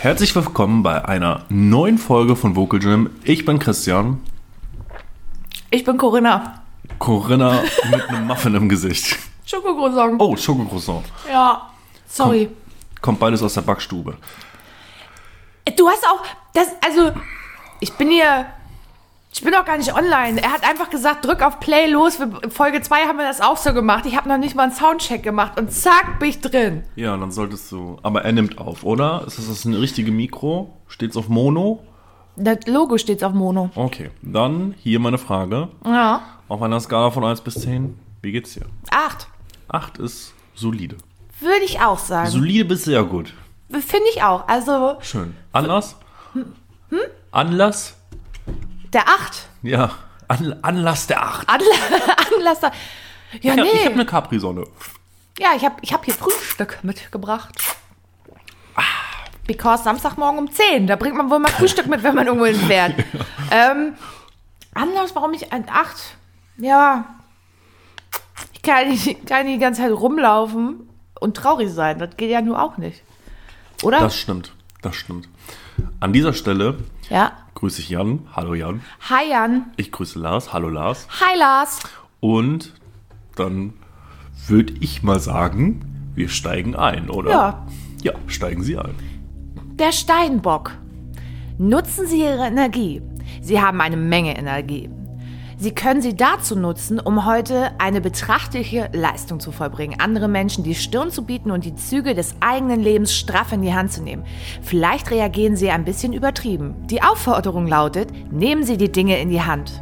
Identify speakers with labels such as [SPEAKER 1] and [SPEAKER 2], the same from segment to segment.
[SPEAKER 1] Herzlich willkommen bei einer neuen Folge von Vocal Gym. Ich bin Christian,
[SPEAKER 2] Ich bin Corinna.
[SPEAKER 1] Corinna mit einem Muffin im Gesicht.
[SPEAKER 2] Schokokroissant.
[SPEAKER 1] Oh, Schokocroissant.
[SPEAKER 2] Ja. Sorry.
[SPEAKER 1] Kommt beides aus der Backstube.
[SPEAKER 2] Äh, Du hast auch das also ich bin hier ich bin auch gar nicht online. Er hat einfach gesagt, drück auf Play los. Wir, Folge 2 haben wir das auch so gemacht. Ich habe noch nicht mal einen Soundcheck gemacht und zack bin ich drin.
[SPEAKER 1] Ja, dann solltest du. Aber er nimmt auf, oder? Ist das das ein richtige Mikro? Steht's auf Mono?
[SPEAKER 2] Das Logo steht auf Mono.
[SPEAKER 1] Okay, dann hier meine Frage.
[SPEAKER 2] Ja.
[SPEAKER 1] Auf einer Skala von 1 bis 10, wie geht's dir?
[SPEAKER 2] Acht.
[SPEAKER 1] 8 ist solide.
[SPEAKER 2] Würde ich auch sagen.
[SPEAKER 1] Solide bis sehr gut.
[SPEAKER 2] Finde ich auch. Also
[SPEAKER 1] Schön. Anlass? Anlass?
[SPEAKER 2] der Acht.
[SPEAKER 1] Ja, An Anlass der 8.
[SPEAKER 2] Anla- Anlasser. Ja,
[SPEAKER 1] Ich hab- Ich
[SPEAKER 2] Ah, nee.
[SPEAKER 1] habe eine Capri-Sonne.
[SPEAKER 2] ja, ich habe ich hab hier Frühstück mitgebracht. Because Samstagmorgen um 10. Da bringt man wohl mal Frühstück mit, wenn man irgendwo hinfährt. ähm, Anlass, warum ich an 8? Ja. Ich kann nicht, kann nicht die ganze Zeit rumlaufen und traurig sein. Das geht ja nur auch nicht. Oder?
[SPEAKER 1] Das stimmt, das stimmt. An dieser Stelle
[SPEAKER 2] ja.
[SPEAKER 1] grüße ich Jan. Hallo Jan.
[SPEAKER 2] Hi Jan.
[SPEAKER 1] Ich grüße Lars. Hallo Lars.
[SPEAKER 2] Hi Lars.
[SPEAKER 1] Und dann würde ich mal sagen, wir steigen ein, oder?
[SPEAKER 2] Ja.
[SPEAKER 1] Ja, steigen Sie ein.
[SPEAKER 2] Der Steinbock. Nutzen Sie Ihre Energie. Sie haben eine Menge Energie. Sie können sie dazu nutzen, um heute eine betrachtliche Leistung zu vollbringen, andere Menschen die Stirn zu bieten und die Züge des eigenen Lebens straff in die Hand zu nehmen. Vielleicht reagieren Sie ein bisschen übertrieben. Die Aufforderung lautet, nehmen Sie die Dinge in die Hand.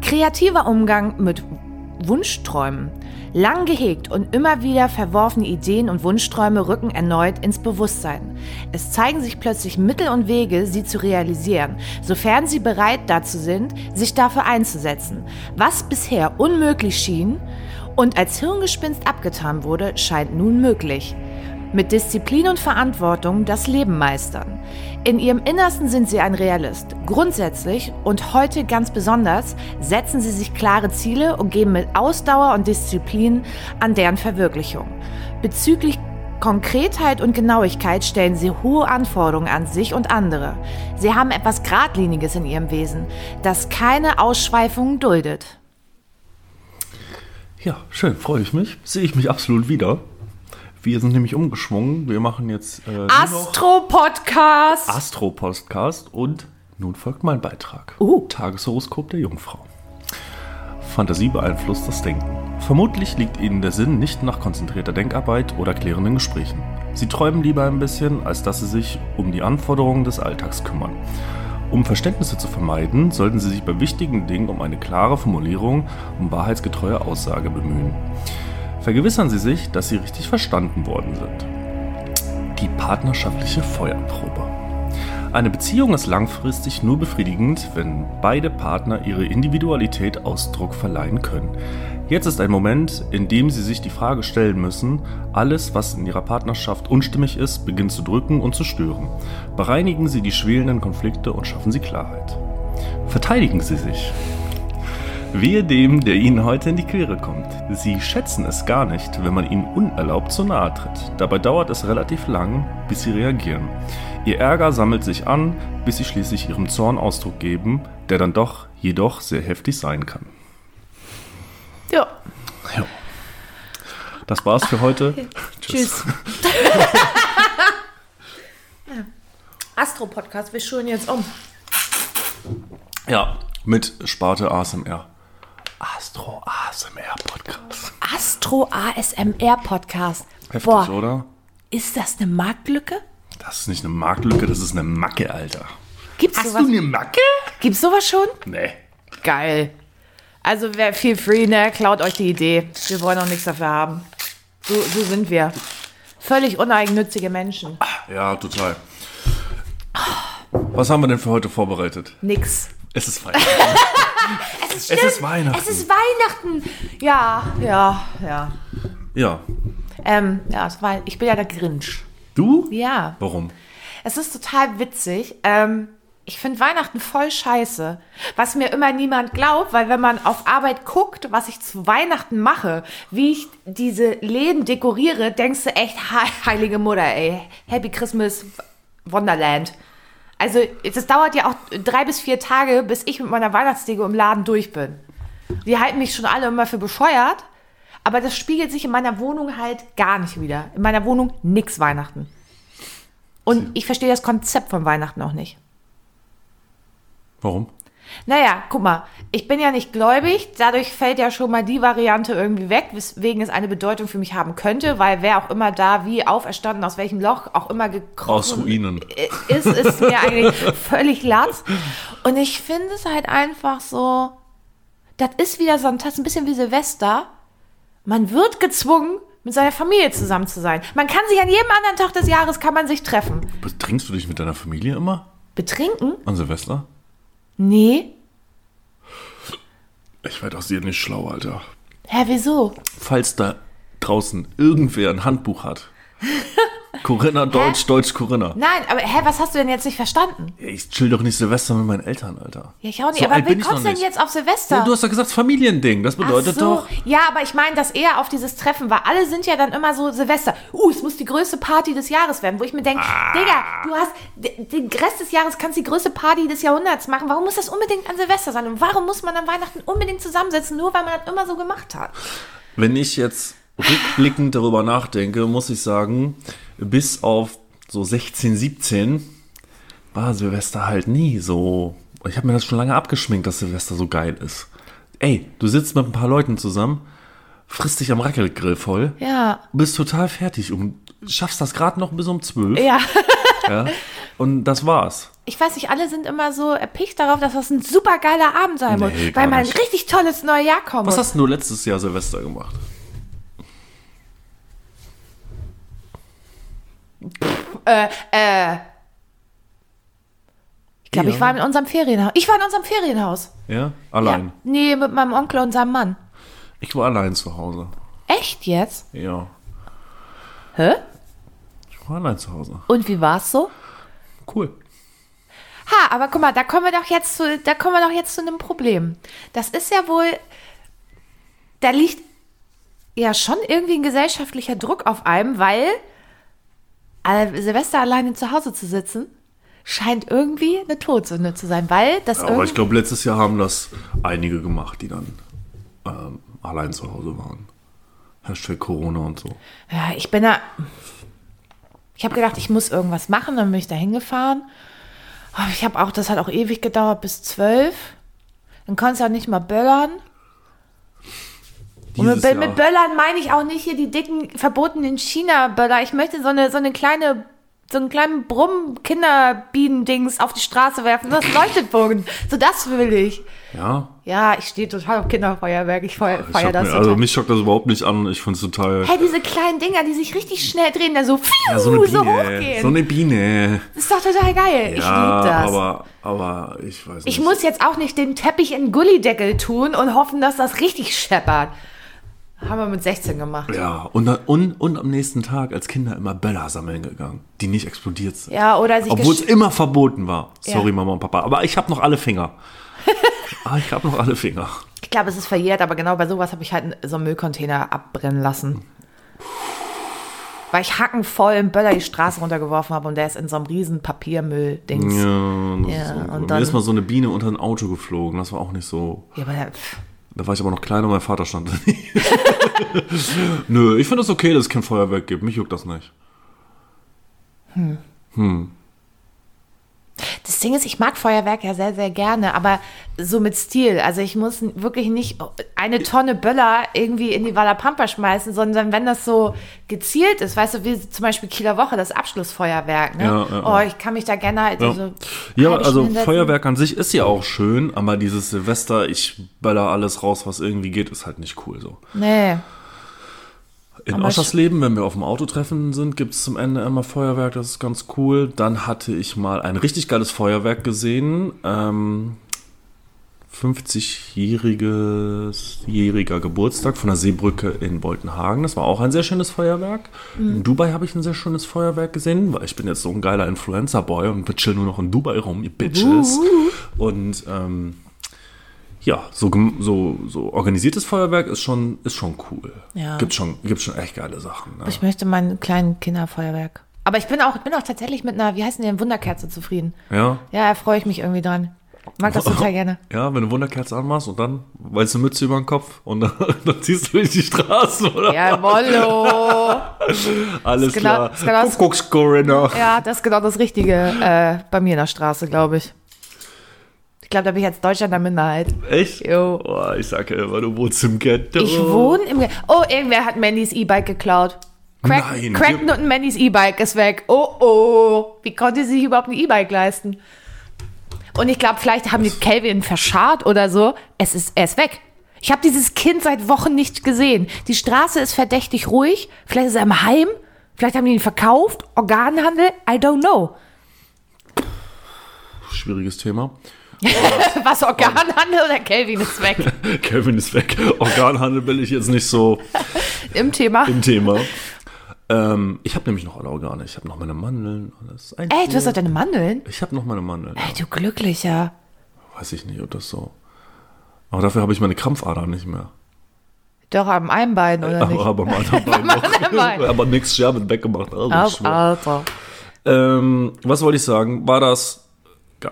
[SPEAKER 2] Kreativer Umgang mit Wunschträumen. Lang gehegt und immer wieder verworfene Ideen und Wunschträume rücken erneut ins Bewusstsein. Es zeigen sich plötzlich Mittel und Wege, sie zu realisieren, sofern sie bereit dazu sind, sich dafür einzusetzen. Was bisher unmöglich schien und als Hirngespinst abgetan wurde, scheint nun möglich mit Disziplin und Verantwortung das Leben meistern. In ihrem Innersten sind sie ein Realist. Grundsätzlich und heute ganz besonders setzen sie sich klare Ziele und gehen mit Ausdauer und Disziplin an deren Verwirklichung. Bezüglich Konkretheit und Genauigkeit stellen sie hohe Anforderungen an sich und andere. Sie haben etwas Gradliniges in ihrem Wesen, das keine Ausschweifungen duldet.
[SPEAKER 1] Ja, schön, freue ich mich. Sehe ich mich absolut wieder. Wir sind nämlich umgeschwungen. Wir machen jetzt äh, nur noch
[SPEAKER 2] Astro-Podcast!
[SPEAKER 1] Astro-Podcast und nun folgt mein Beitrag.
[SPEAKER 2] Uh.
[SPEAKER 1] Tageshoroskop der Jungfrau. Fantasie beeinflusst das Denken. Vermutlich liegt Ihnen der Sinn nicht nach konzentrierter Denkarbeit oder klärenden Gesprächen. Sie träumen lieber ein bisschen, als dass Sie sich um die Anforderungen des Alltags kümmern. Um Verständnisse zu vermeiden, sollten Sie sich bei wichtigen Dingen um eine klare Formulierung und wahrheitsgetreue Aussage bemühen. Vergewissern Sie sich, dass Sie richtig verstanden worden sind. Die partnerschaftliche Feuerprobe. Eine Beziehung ist langfristig nur befriedigend, wenn beide Partner ihre Individualität Ausdruck verleihen können. Jetzt ist ein Moment, in dem Sie sich die Frage stellen müssen, alles, was in Ihrer Partnerschaft unstimmig ist, beginnt zu drücken und zu stören. Bereinigen Sie die schwelenden Konflikte und schaffen Sie Klarheit. Verteidigen Sie sich. Wehe dem, der Ihnen heute in die Quere kommt. Sie schätzen es gar nicht, wenn man Ihnen unerlaubt zu nahe tritt. Dabei dauert es relativ lang, bis Sie reagieren. Ihr Ärger sammelt sich an, bis Sie schließlich Ihrem Zorn Ausdruck geben, der dann doch jedoch sehr heftig sein kann.
[SPEAKER 2] Ja,
[SPEAKER 1] Ja. Das war's für heute.
[SPEAKER 2] tschüss. Astro-Podcast, wir schulen jetzt um.
[SPEAKER 1] Ja, mit Sparte ASMR. Astro ASMR Podcast.
[SPEAKER 2] Astro ASMR Podcast.
[SPEAKER 1] Heftig,
[SPEAKER 2] Boah,
[SPEAKER 1] oder?
[SPEAKER 2] ist das eine Marktlücke?
[SPEAKER 1] Das ist nicht eine Marktlücke, das ist eine Macke, Alter.
[SPEAKER 2] Gibt's
[SPEAKER 1] Hast
[SPEAKER 2] sowas?
[SPEAKER 1] du eine Macke?
[SPEAKER 2] Gibt's sowas schon?
[SPEAKER 1] Nee.
[SPEAKER 2] Geil. Also wer feel free, ne? Klaut euch die Idee. Wir wollen auch nichts dafür haben. So, so sind wir. Völlig uneigennützige Menschen.
[SPEAKER 1] Ja, total. Was haben wir denn für heute vorbereitet?
[SPEAKER 2] Nix.
[SPEAKER 1] Es ist Weihnachten.
[SPEAKER 2] Es ist,
[SPEAKER 1] Es ist Weihnachten.
[SPEAKER 2] Es ist Weihnachten. Ja, ja, ja.
[SPEAKER 1] ja.
[SPEAKER 2] Ähm, ja, es war, ich bin ja der Grinch.
[SPEAKER 1] Du?
[SPEAKER 2] Ja.
[SPEAKER 1] Warum?
[SPEAKER 2] Es ist total witzig. Ähm, ich finde Weihnachten voll scheiße. Was mir immer niemand glaubt, weil wenn man auf Arbeit guckt, was ich zu Weihnachten mache, wie ich diese Läden dekoriere, denkst du echt, he- heilige Mutter, ey. Happy Christmas. Wonderland. Also, es dauert ja auch drei bis vier Tage, bis ich mit meiner Weihnachtsdeko im Laden durch bin. Die halten mich schon alle immer für bescheuert, aber das spiegelt sich in meiner Wohnung halt gar nicht wieder. In meiner Wohnung nix Weihnachten. Und ich verstehe das Konzept von Weihnachten auch nicht.
[SPEAKER 1] Warum?
[SPEAKER 2] Naja, guck mal, ich bin ja nicht gläubig, dadurch fällt ja schon mal die Variante irgendwie weg, weswegen es eine Bedeutung für mich haben könnte, weil wer auch immer da wie auferstanden, aus welchem Loch auch immer gekrochen
[SPEAKER 1] Aus Ruinen.
[SPEAKER 2] ist, ist mir eigentlich völlig Latz. Und ich finde es halt einfach so, das ist wieder so ein Tag, ein bisschen wie Silvester. Man wird gezwungen, mit seiner Familie zusammen zu sein. Man kann sich an jedem anderen Tag des Jahres, kann man sich treffen.
[SPEAKER 1] Trinkst du dich mit deiner Familie immer
[SPEAKER 2] Betrinken?
[SPEAKER 1] an Silvester?
[SPEAKER 2] Nee.
[SPEAKER 1] Ich werde aus dir nicht schlau, Alter.
[SPEAKER 2] Hä, wieso?
[SPEAKER 1] Falls da draußen irgendwer ein Handbuch hat. Corinna Deutsch, Deutsch Corinna.
[SPEAKER 2] Nein, aber hä, was hast du denn jetzt nicht verstanden?
[SPEAKER 1] Ey, Ich chill doch nicht Silvester mit meinen Eltern, Alter.
[SPEAKER 2] Ja, ich auch nicht.
[SPEAKER 1] So alt
[SPEAKER 2] aber wie
[SPEAKER 1] bin ich noch
[SPEAKER 2] kommst du denn
[SPEAKER 1] nicht.
[SPEAKER 2] jetzt auf Silvester?
[SPEAKER 1] Ja, du hast doch gesagt, Familiending. Das
[SPEAKER 2] Ach
[SPEAKER 1] bedeutet
[SPEAKER 2] so.
[SPEAKER 1] doch.
[SPEAKER 2] Ja, aber ich meine das eher auf dieses Treffen, weil alle sind ja dann immer so Silvester. Uh, es muss die größte Party des Jahres werden, wo ich mir denke,
[SPEAKER 1] Ah.
[SPEAKER 2] Digga, du hast d- den Rest des Jahres kannst die größte Party des Jahrhunderts machen. Warum muss das unbedingt an Silvester sein? Und warum muss man an Weihnachten unbedingt zusammensetzen, nur weil man das immer so gemacht hat?
[SPEAKER 1] Wenn ich jetzt rückblickend darüber nachdenke, muss ich sagen, bis auf so 16, 17 war Silvester halt nie so. Ich habe mir das schon lange abgeschminkt, dass Silvester so geil ist. Ey, du sitzt mit ein paar Leuten zusammen, frisst dich am Rackelgrill voll,
[SPEAKER 2] Ja.
[SPEAKER 1] bist total fertig und schaffst das gerade noch bis um 12.
[SPEAKER 2] Ja.
[SPEAKER 1] Ja, und das war's.
[SPEAKER 2] Ich weiß nicht, alle sind immer so erpicht darauf, dass das ein super geiler Abend sein
[SPEAKER 1] Nee,
[SPEAKER 2] muss,
[SPEAKER 1] gar
[SPEAKER 2] weil mal ein
[SPEAKER 1] nicht.
[SPEAKER 2] richtig tolles neues Jahr kommt.
[SPEAKER 1] Was hast denn du letztes Jahr Silvester gemacht?
[SPEAKER 2] ich glaube, ich war in unserem Ferienhaus. Ich war in unserem Ferienhaus.
[SPEAKER 1] Ja? Allein.
[SPEAKER 2] Ja. Nee, mit meinem Onkel und seinem Mann.
[SPEAKER 1] Ich war allein zu Hause.
[SPEAKER 2] Echt jetzt?
[SPEAKER 1] Ja.
[SPEAKER 2] Hä?
[SPEAKER 1] Ich war allein zu Hause.
[SPEAKER 2] Und wie war's so?
[SPEAKER 1] Cool.
[SPEAKER 2] Ha, aber guck mal, da kommen wir doch jetzt zu, da kommen wir doch jetzt zu einem Problem. Das ist ja wohl, da liegt ja schon irgendwie ein gesellschaftlicher Druck auf einem, weil äh, Silvester alleine zu Hause zu sitzen scheint irgendwie eine Todsünde zu sein, weil das
[SPEAKER 1] Aber
[SPEAKER 2] irgendwie,
[SPEAKER 1] ich glaube, letztes Jahr haben das einige gemacht, die dann ähm, allein zu Hause waren. Hashtag Corona und so.
[SPEAKER 2] ja, ich bin da, ich habe gedacht, ich muss irgendwas machen, dann bin ich da hingefahren. Aber ich habe auch, das hat auch ewig gedauert bis zwölf. Dann konntest du auch nicht mal böllern. Und mit,
[SPEAKER 1] Dieses
[SPEAKER 2] Bö-
[SPEAKER 1] Jahr,
[SPEAKER 2] mit Böllern meine ich auch nicht hier die dicken, verbotenen China-Böller. Ich möchte so eine, so eine kleine, so einen kleinen Brumm-Kinderbienen-Dings auf die Straße werfen. Das leuchtet Bogen. So das will ich.
[SPEAKER 1] ja,
[SPEAKER 2] Ja, ich stehe total auf Kinderfeuerwerk. Ich feuer,
[SPEAKER 1] ich
[SPEAKER 2] feier
[SPEAKER 1] hab
[SPEAKER 2] das
[SPEAKER 1] mir, also
[SPEAKER 2] total.
[SPEAKER 1] mich schockt das überhaupt nicht an. Ich finde es total.
[SPEAKER 2] Hey, diese kleinen Dinger, die sich richtig schnell drehen, dann so, pfiuh,
[SPEAKER 1] Ja,
[SPEAKER 2] so, hochgehen.
[SPEAKER 1] Biene. So eine Biene.
[SPEAKER 2] das ist doch total geil.
[SPEAKER 1] ja,
[SPEAKER 2] ich liebe das.
[SPEAKER 1] Aber, aber ich weiß nicht.
[SPEAKER 2] ich muss jetzt auch nicht den Teppich in den Gullideckel tun und hoffen, dass das richtig scheppert. Haben wir mit 16 gemacht.
[SPEAKER 1] Ja, und, dann- und, und am nächsten Tag als Kinder immer Böller sammeln gegangen, die nicht explodiert sind.
[SPEAKER 2] Ja, oder sich
[SPEAKER 1] Obwohl
[SPEAKER 2] gesch-
[SPEAKER 1] es immer verboten war. Sorry,
[SPEAKER 2] Ja.
[SPEAKER 1] Mama und Papa. Aber ich habe noch alle Finger. ah, ich habe noch alle Finger.
[SPEAKER 2] Ich glaube, es ist verjährt, aber genau bei sowas habe ich halt so einen Müllcontainer abbrennen lassen. Weil ich hackenvoll im Böller die Straße runtergeworfen habe und der ist in so einem riesen Papiermüll-Dings. Ja.
[SPEAKER 1] Ja, das
[SPEAKER 2] Ja,
[SPEAKER 1] ist uncool.
[SPEAKER 2] und
[SPEAKER 1] Mir
[SPEAKER 2] dann-
[SPEAKER 1] ist mal so eine Biene unter ein Auto geflogen. Das war auch nicht so.
[SPEAKER 2] aber der- pff.
[SPEAKER 1] Da war ich aber noch klein und mein Vater stand daneben. Nö, ich finde das okay, dass es kein Feuerwerk gibt. Mich juckt das nicht.
[SPEAKER 2] Das Ding ist, ich mag Feuerwerk ja sehr, sehr gerne, aber so mit Stil. Also ich muss n- wirklich nicht eine Tonne Böller irgendwie in die Wallapampa schmeißen, sondern wenn das so gezielt ist, weißt du, wie zum Beispiel Kieler Woche, das Abschlussfeuerwerk. Ne?
[SPEAKER 1] Ja, ja, ja.
[SPEAKER 2] Oh, ich kann mich da gerne halt
[SPEAKER 1] Ja,
[SPEAKER 2] so
[SPEAKER 1] ja
[SPEAKER 2] halbe
[SPEAKER 1] also
[SPEAKER 2] Stunde hinsetzen.
[SPEAKER 1] Feuerwerk an sich ist ja auch schön, aber dieses Silvester, ich baller alles raus, was irgendwie geht, ist halt nicht cool so.
[SPEAKER 2] Nee.
[SPEAKER 1] In
[SPEAKER 2] Aber ich-
[SPEAKER 1] Oschersleben, wenn wir auf dem Autotreffen sind, gibt es zum Ende immer Feuerwerk, das ist ganz cool. Dann hatte ich mal ein richtig geiles Feuerwerk gesehen. Ähm, 50-jähriger Geburtstag von der Seebrücke in Boltenhagen. Das war auch ein sehr schönes Feuerwerk.
[SPEAKER 2] Mhm.
[SPEAKER 1] In Dubai habe ich ein sehr schönes Feuerwerk gesehen, weil ich bin jetzt so ein geiler Influencer-Boy und chill nur noch in Dubai rum, ihr Bitches. Und ähm, ja, so, gem- so, so organisiertes Feuerwerk ist schon, ist schon cool.
[SPEAKER 2] Ja.
[SPEAKER 1] Gibt schon, gibt schon echt geile Sachen. Ne?
[SPEAKER 2] Ich möchte meinen kleinen Kinderfeuerwerk. Aber ich bin auch, bin auch tatsächlich mit einer, wie heißen die denn, Wunderkerze zufrieden.
[SPEAKER 1] Ja.
[SPEAKER 2] Ja, da freue ich mich irgendwie dran. Mag das total gerne.
[SPEAKER 1] Ja, wenn du Wunderkerze anmachst und dann weiße Mütze über den Kopf und dann, dann ziehst du durch die Straßen, oder?
[SPEAKER 2] Ja, wollo.
[SPEAKER 1] Alles
[SPEAKER 2] ist genau-
[SPEAKER 1] klar.
[SPEAKER 2] ist genau-
[SPEAKER 1] Kuckuckscorinna.
[SPEAKER 2] Ja, das ist genau das Richtige äh, bei mir in der Straße, glaube ich. Ich glaube, da bin ich als Deutscher in der Minderheit.
[SPEAKER 1] Echt?
[SPEAKER 2] Jo.
[SPEAKER 1] Oh, ich sag ja immer, du wohnst im Ghetto.
[SPEAKER 2] Ich wohne im. Ge oh, irgendwer hat Mandys E-Bike geklaut. Crack,
[SPEAKER 1] Nein,
[SPEAKER 2] Crackton
[SPEAKER 1] wir-
[SPEAKER 2] und Mandys E-Bike ist weg. Oh oh. Wie konnte sie sich überhaupt ein E-Bike leisten? Und ich glaube, vielleicht haben die Calvin verscharrt oder so. Es ist, er ist weg. Ich habe dieses Kind seit Wochen nicht gesehen. Die Straße ist verdächtig ruhig. Vielleicht ist er im Heim. Vielleicht haben die ihn verkauft. Organhandel. I don't know.
[SPEAKER 1] Schwieriges Thema.
[SPEAKER 2] Was Organhandel oder Calvin ist weg.
[SPEAKER 1] Kevin ist weg. Organhandel bin ich jetzt nicht so
[SPEAKER 2] Im Thema.
[SPEAKER 1] im Thema. Ähm, ich habe nämlich noch alle Organe. Ich habe noch meine Mandeln. Alles
[SPEAKER 2] Ey, du hast doch deine Mandeln.
[SPEAKER 1] ich habe noch meine Mandeln.
[SPEAKER 2] Ey, du Glücklicher.
[SPEAKER 1] Weiß ich nicht, ob das so. Aber dafür habe ich meine Krampfader nicht mehr.
[SPEAKER 2] Doch am einen Bein, oder Äh, nicht?
[SPEAKER 1] Aber, aber am anderen Bein
[SPEAKER 2] anderen Bein.
[SPEAKER 1] noch. aber nichts Scherben weggemacht. Also, ich
[SPEAKER 2] Auf
[SPEAKER 1] schwör.
[SPEAKER 2] Alter.
[SPEAKER 1] ähm, was wollte ich sagen? War das.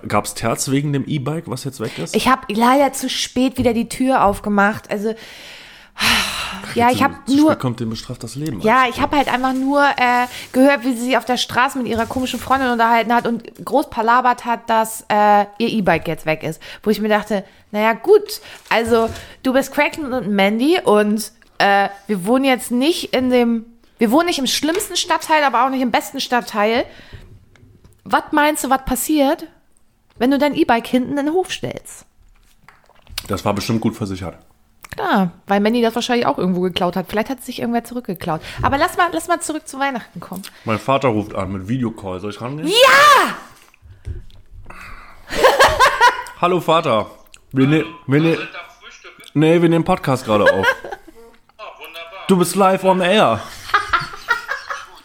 [SPEAKER 1] Gab es Terz wegen dem E-Bike, was jetzt weg ist?
[SPEAKER 2] Ich habe leider zu spät wieder die Tür aufgemacht. Also ja, ich habe
[SPEAKER 1] Zu
[SPEAKER 2] nur
[SPEAKER 1] spät kommt dem bestraft das Leben.
[SPEAKER 2] ja, ich habe halt einfach nur äh, gehört, wie sie sich auf der Straße mit ihrer komischen Freundin unterhalten hat und groß palabert hat, dass äh, ihr E-Bike jetzt weg ist. Wo ich mir dachte, naja gut, also du bist Crackland und Mandy und äh, wir wohnen jetzt nicht in dem, wir wohnen nicht im schlimmsten Stadtteil, aber auch nicht im besten Stadtteil. Was meinst du, was passiert, wenn du dein E-Bike hinten in den Hof stellst?
[SPEAKER 1] Das war bestimmt gut versichert.
[SPEAKER 2] Ah, weil Mandy das wahrscheinlich auch irgendwo geklaut hat. Vielleicht hat sich irgendwer zurückgeklaut. Aber lass mal, lass mal zurück zu Weihnachten kommen.
[SPEAKER 1] Mein Vater ruft an mit Videocall. Soll ich rangehen? Ja! Hallo Vater. Wir, ne wir, ne
[SPEAKER 3] Sind am Frühstück?
[SPEAKER 1] nee, wir nehmen Podcast gerade auf.
[SPEAKER 3] Ah, wunderbar.
[SPEAKER 1] Du bist live on air.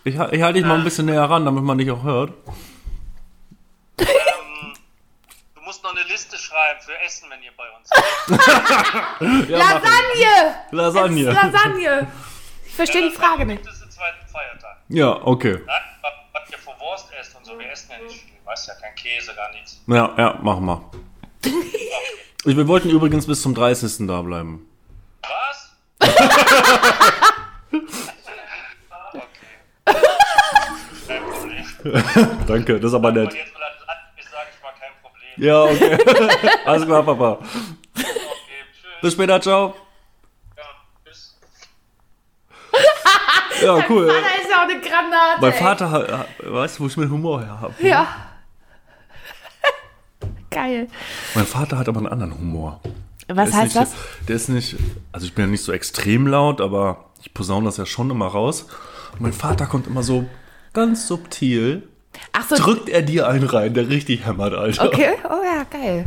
[SPEAKER 1] Ich, ha- ich halte dich mal ein bisschen näher ran, damit man dich auch hört.
[SPEAKER 3] Du musst noch eine Liste schreiben für Essen, wenn ihr bei uns seid.
[SPEAKER 1] Ja, mach ich.
[SPEAKER 2] Lasagne!
[SPEAKER 1] Lasagne.
[SPEAKER 2] Lasagne! Ich verstehe die Frage nicht.
[SPEAKER 3] Das ist der zweite Feiertag.
[SPEAKER 1] Ja, okay.
[SPEAKER 3] Nein, was, was ihr vor Wurst esst und so, wir essen ja nicht viel. Weißt ja, kein Käse, gar nichts.
[SPEAKER 1] Ja, ja, mach mal. Ich- Wir wollten übrigens bis zum 30. da bleiben.
[SPEAKER 3] Was? okay. Kein Problem.
[SPEAKER 1] Danke, das ist aber
[SPEAKER 3] Und
[SPEAKER 1] nett.
[SPEAKER 3] jetzt, weil er das an ist, sage ich mal, kein Problem.
[SPEAKER 1] Ja, okay. Alles klar, Papa.
[SPEAKER 3] Okay, tschüss.
[SPEAKER 1] Bis später, ciao.
[SPEAKER 3] Ja, bis.
[SPEAKER 1] Ja, cool.
[SPEAKER 2] Da ist ja auch eine Granate.
[SPEAKER 1] Mein
[SPEAKER 2] ey.
[SPEAKER 1] Vater, ha- ha- weißt du, wo ich meinen Humor her habe?
[SPEAKER 2] Ja. Geil.
[SPEAKER 1] Mein Vater hat aber einen anderen Humor.
[SPEAKER 2] Was
[SPEAKER 1] Der ist
[SPEAKER 2] heißt
[SPEAKER 1] nicht,
[SPEAKER 2] das?
[SPEAKER 1] Der ist nicht, also ich bin ja nicht so extrem laut, aber ich posaune das ja schon immer raus. Und mein Vater kommt immer so ganz subtil,
[SPEAKER 2] Ach so.
[SPEAKER 1] drückt er dir einen rein, der richtig hämmert, Alter.
[SPEAKER 2] Okay. Oh ja, geil.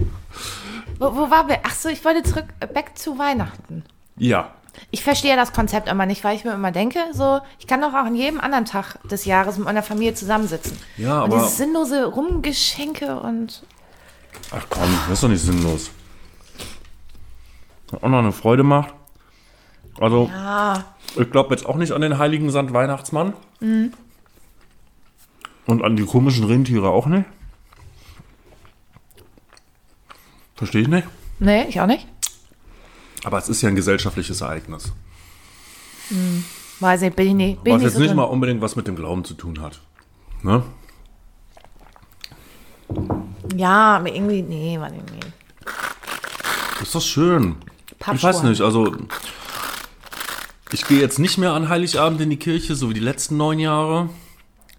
[SPEAKER 2] Wo, wo waren wir? Ach so, ich wollte zurück. äh, Back zu Weihnachten.
[SPEAKER 1] Ja.
[SPEAKER 2] Ich verstehe das Konzept immer nicht, weil ich mir immer denke, so, ich kann doch auch an jedem anderen Tag des Jahres mit meiner Familie zusammensitzen.
[SPEAKER 1] Ja,
[SPEAKER 2] Und
[SPEAKER 1] aber-
[SPEAKER 2] dieses sinnlose Rumgeschenke und.
[SPEAKER 1] Ach komm, das ist doch nicht sinnlos. Hat Auch noch eine Freude macht. Also,
[SPEAKER 2] Ah,
[SPEAKER 1] ich glaube jetzt auch nicht an den heiligen Sand Weihnachtsmann.
[SPEAKER 2] Mhm.
[SPEAKER 1] Und an die komischen Rentiere auch nicht. Verstehe ich nicht.
[SPEAKER 2] nee, ich auch nicht.
[SPEAKER 1] Aber es ist ja ein gesellschaftliches Ereignis.
[SPEAKER 2] Weiß nicht, bin ich nicht. Bin
[SPEAKER 1] was
[SPEAKER 2] ich
[SPEAKER 1] jetzt
[SPEAKER 2] so
[SPEAKER 1] nicht
[SPEAKER 2] drin.
[SPEAKER 1] mal unbedingt was mit dem Glauben zu tun hat. Ne?
[SPEAKER 2] Ja, aber irgendwie, nee, war nicht. nee.
[SPEAKER 1] Ist das schön. Ich weiß
[SPEAKER 2] Papschwan.
[SPEAKER 1] nicht, also ich gehe jetzt nicht mehr an Heiligabend in die Kirche, so wie die letzten neun Jahre,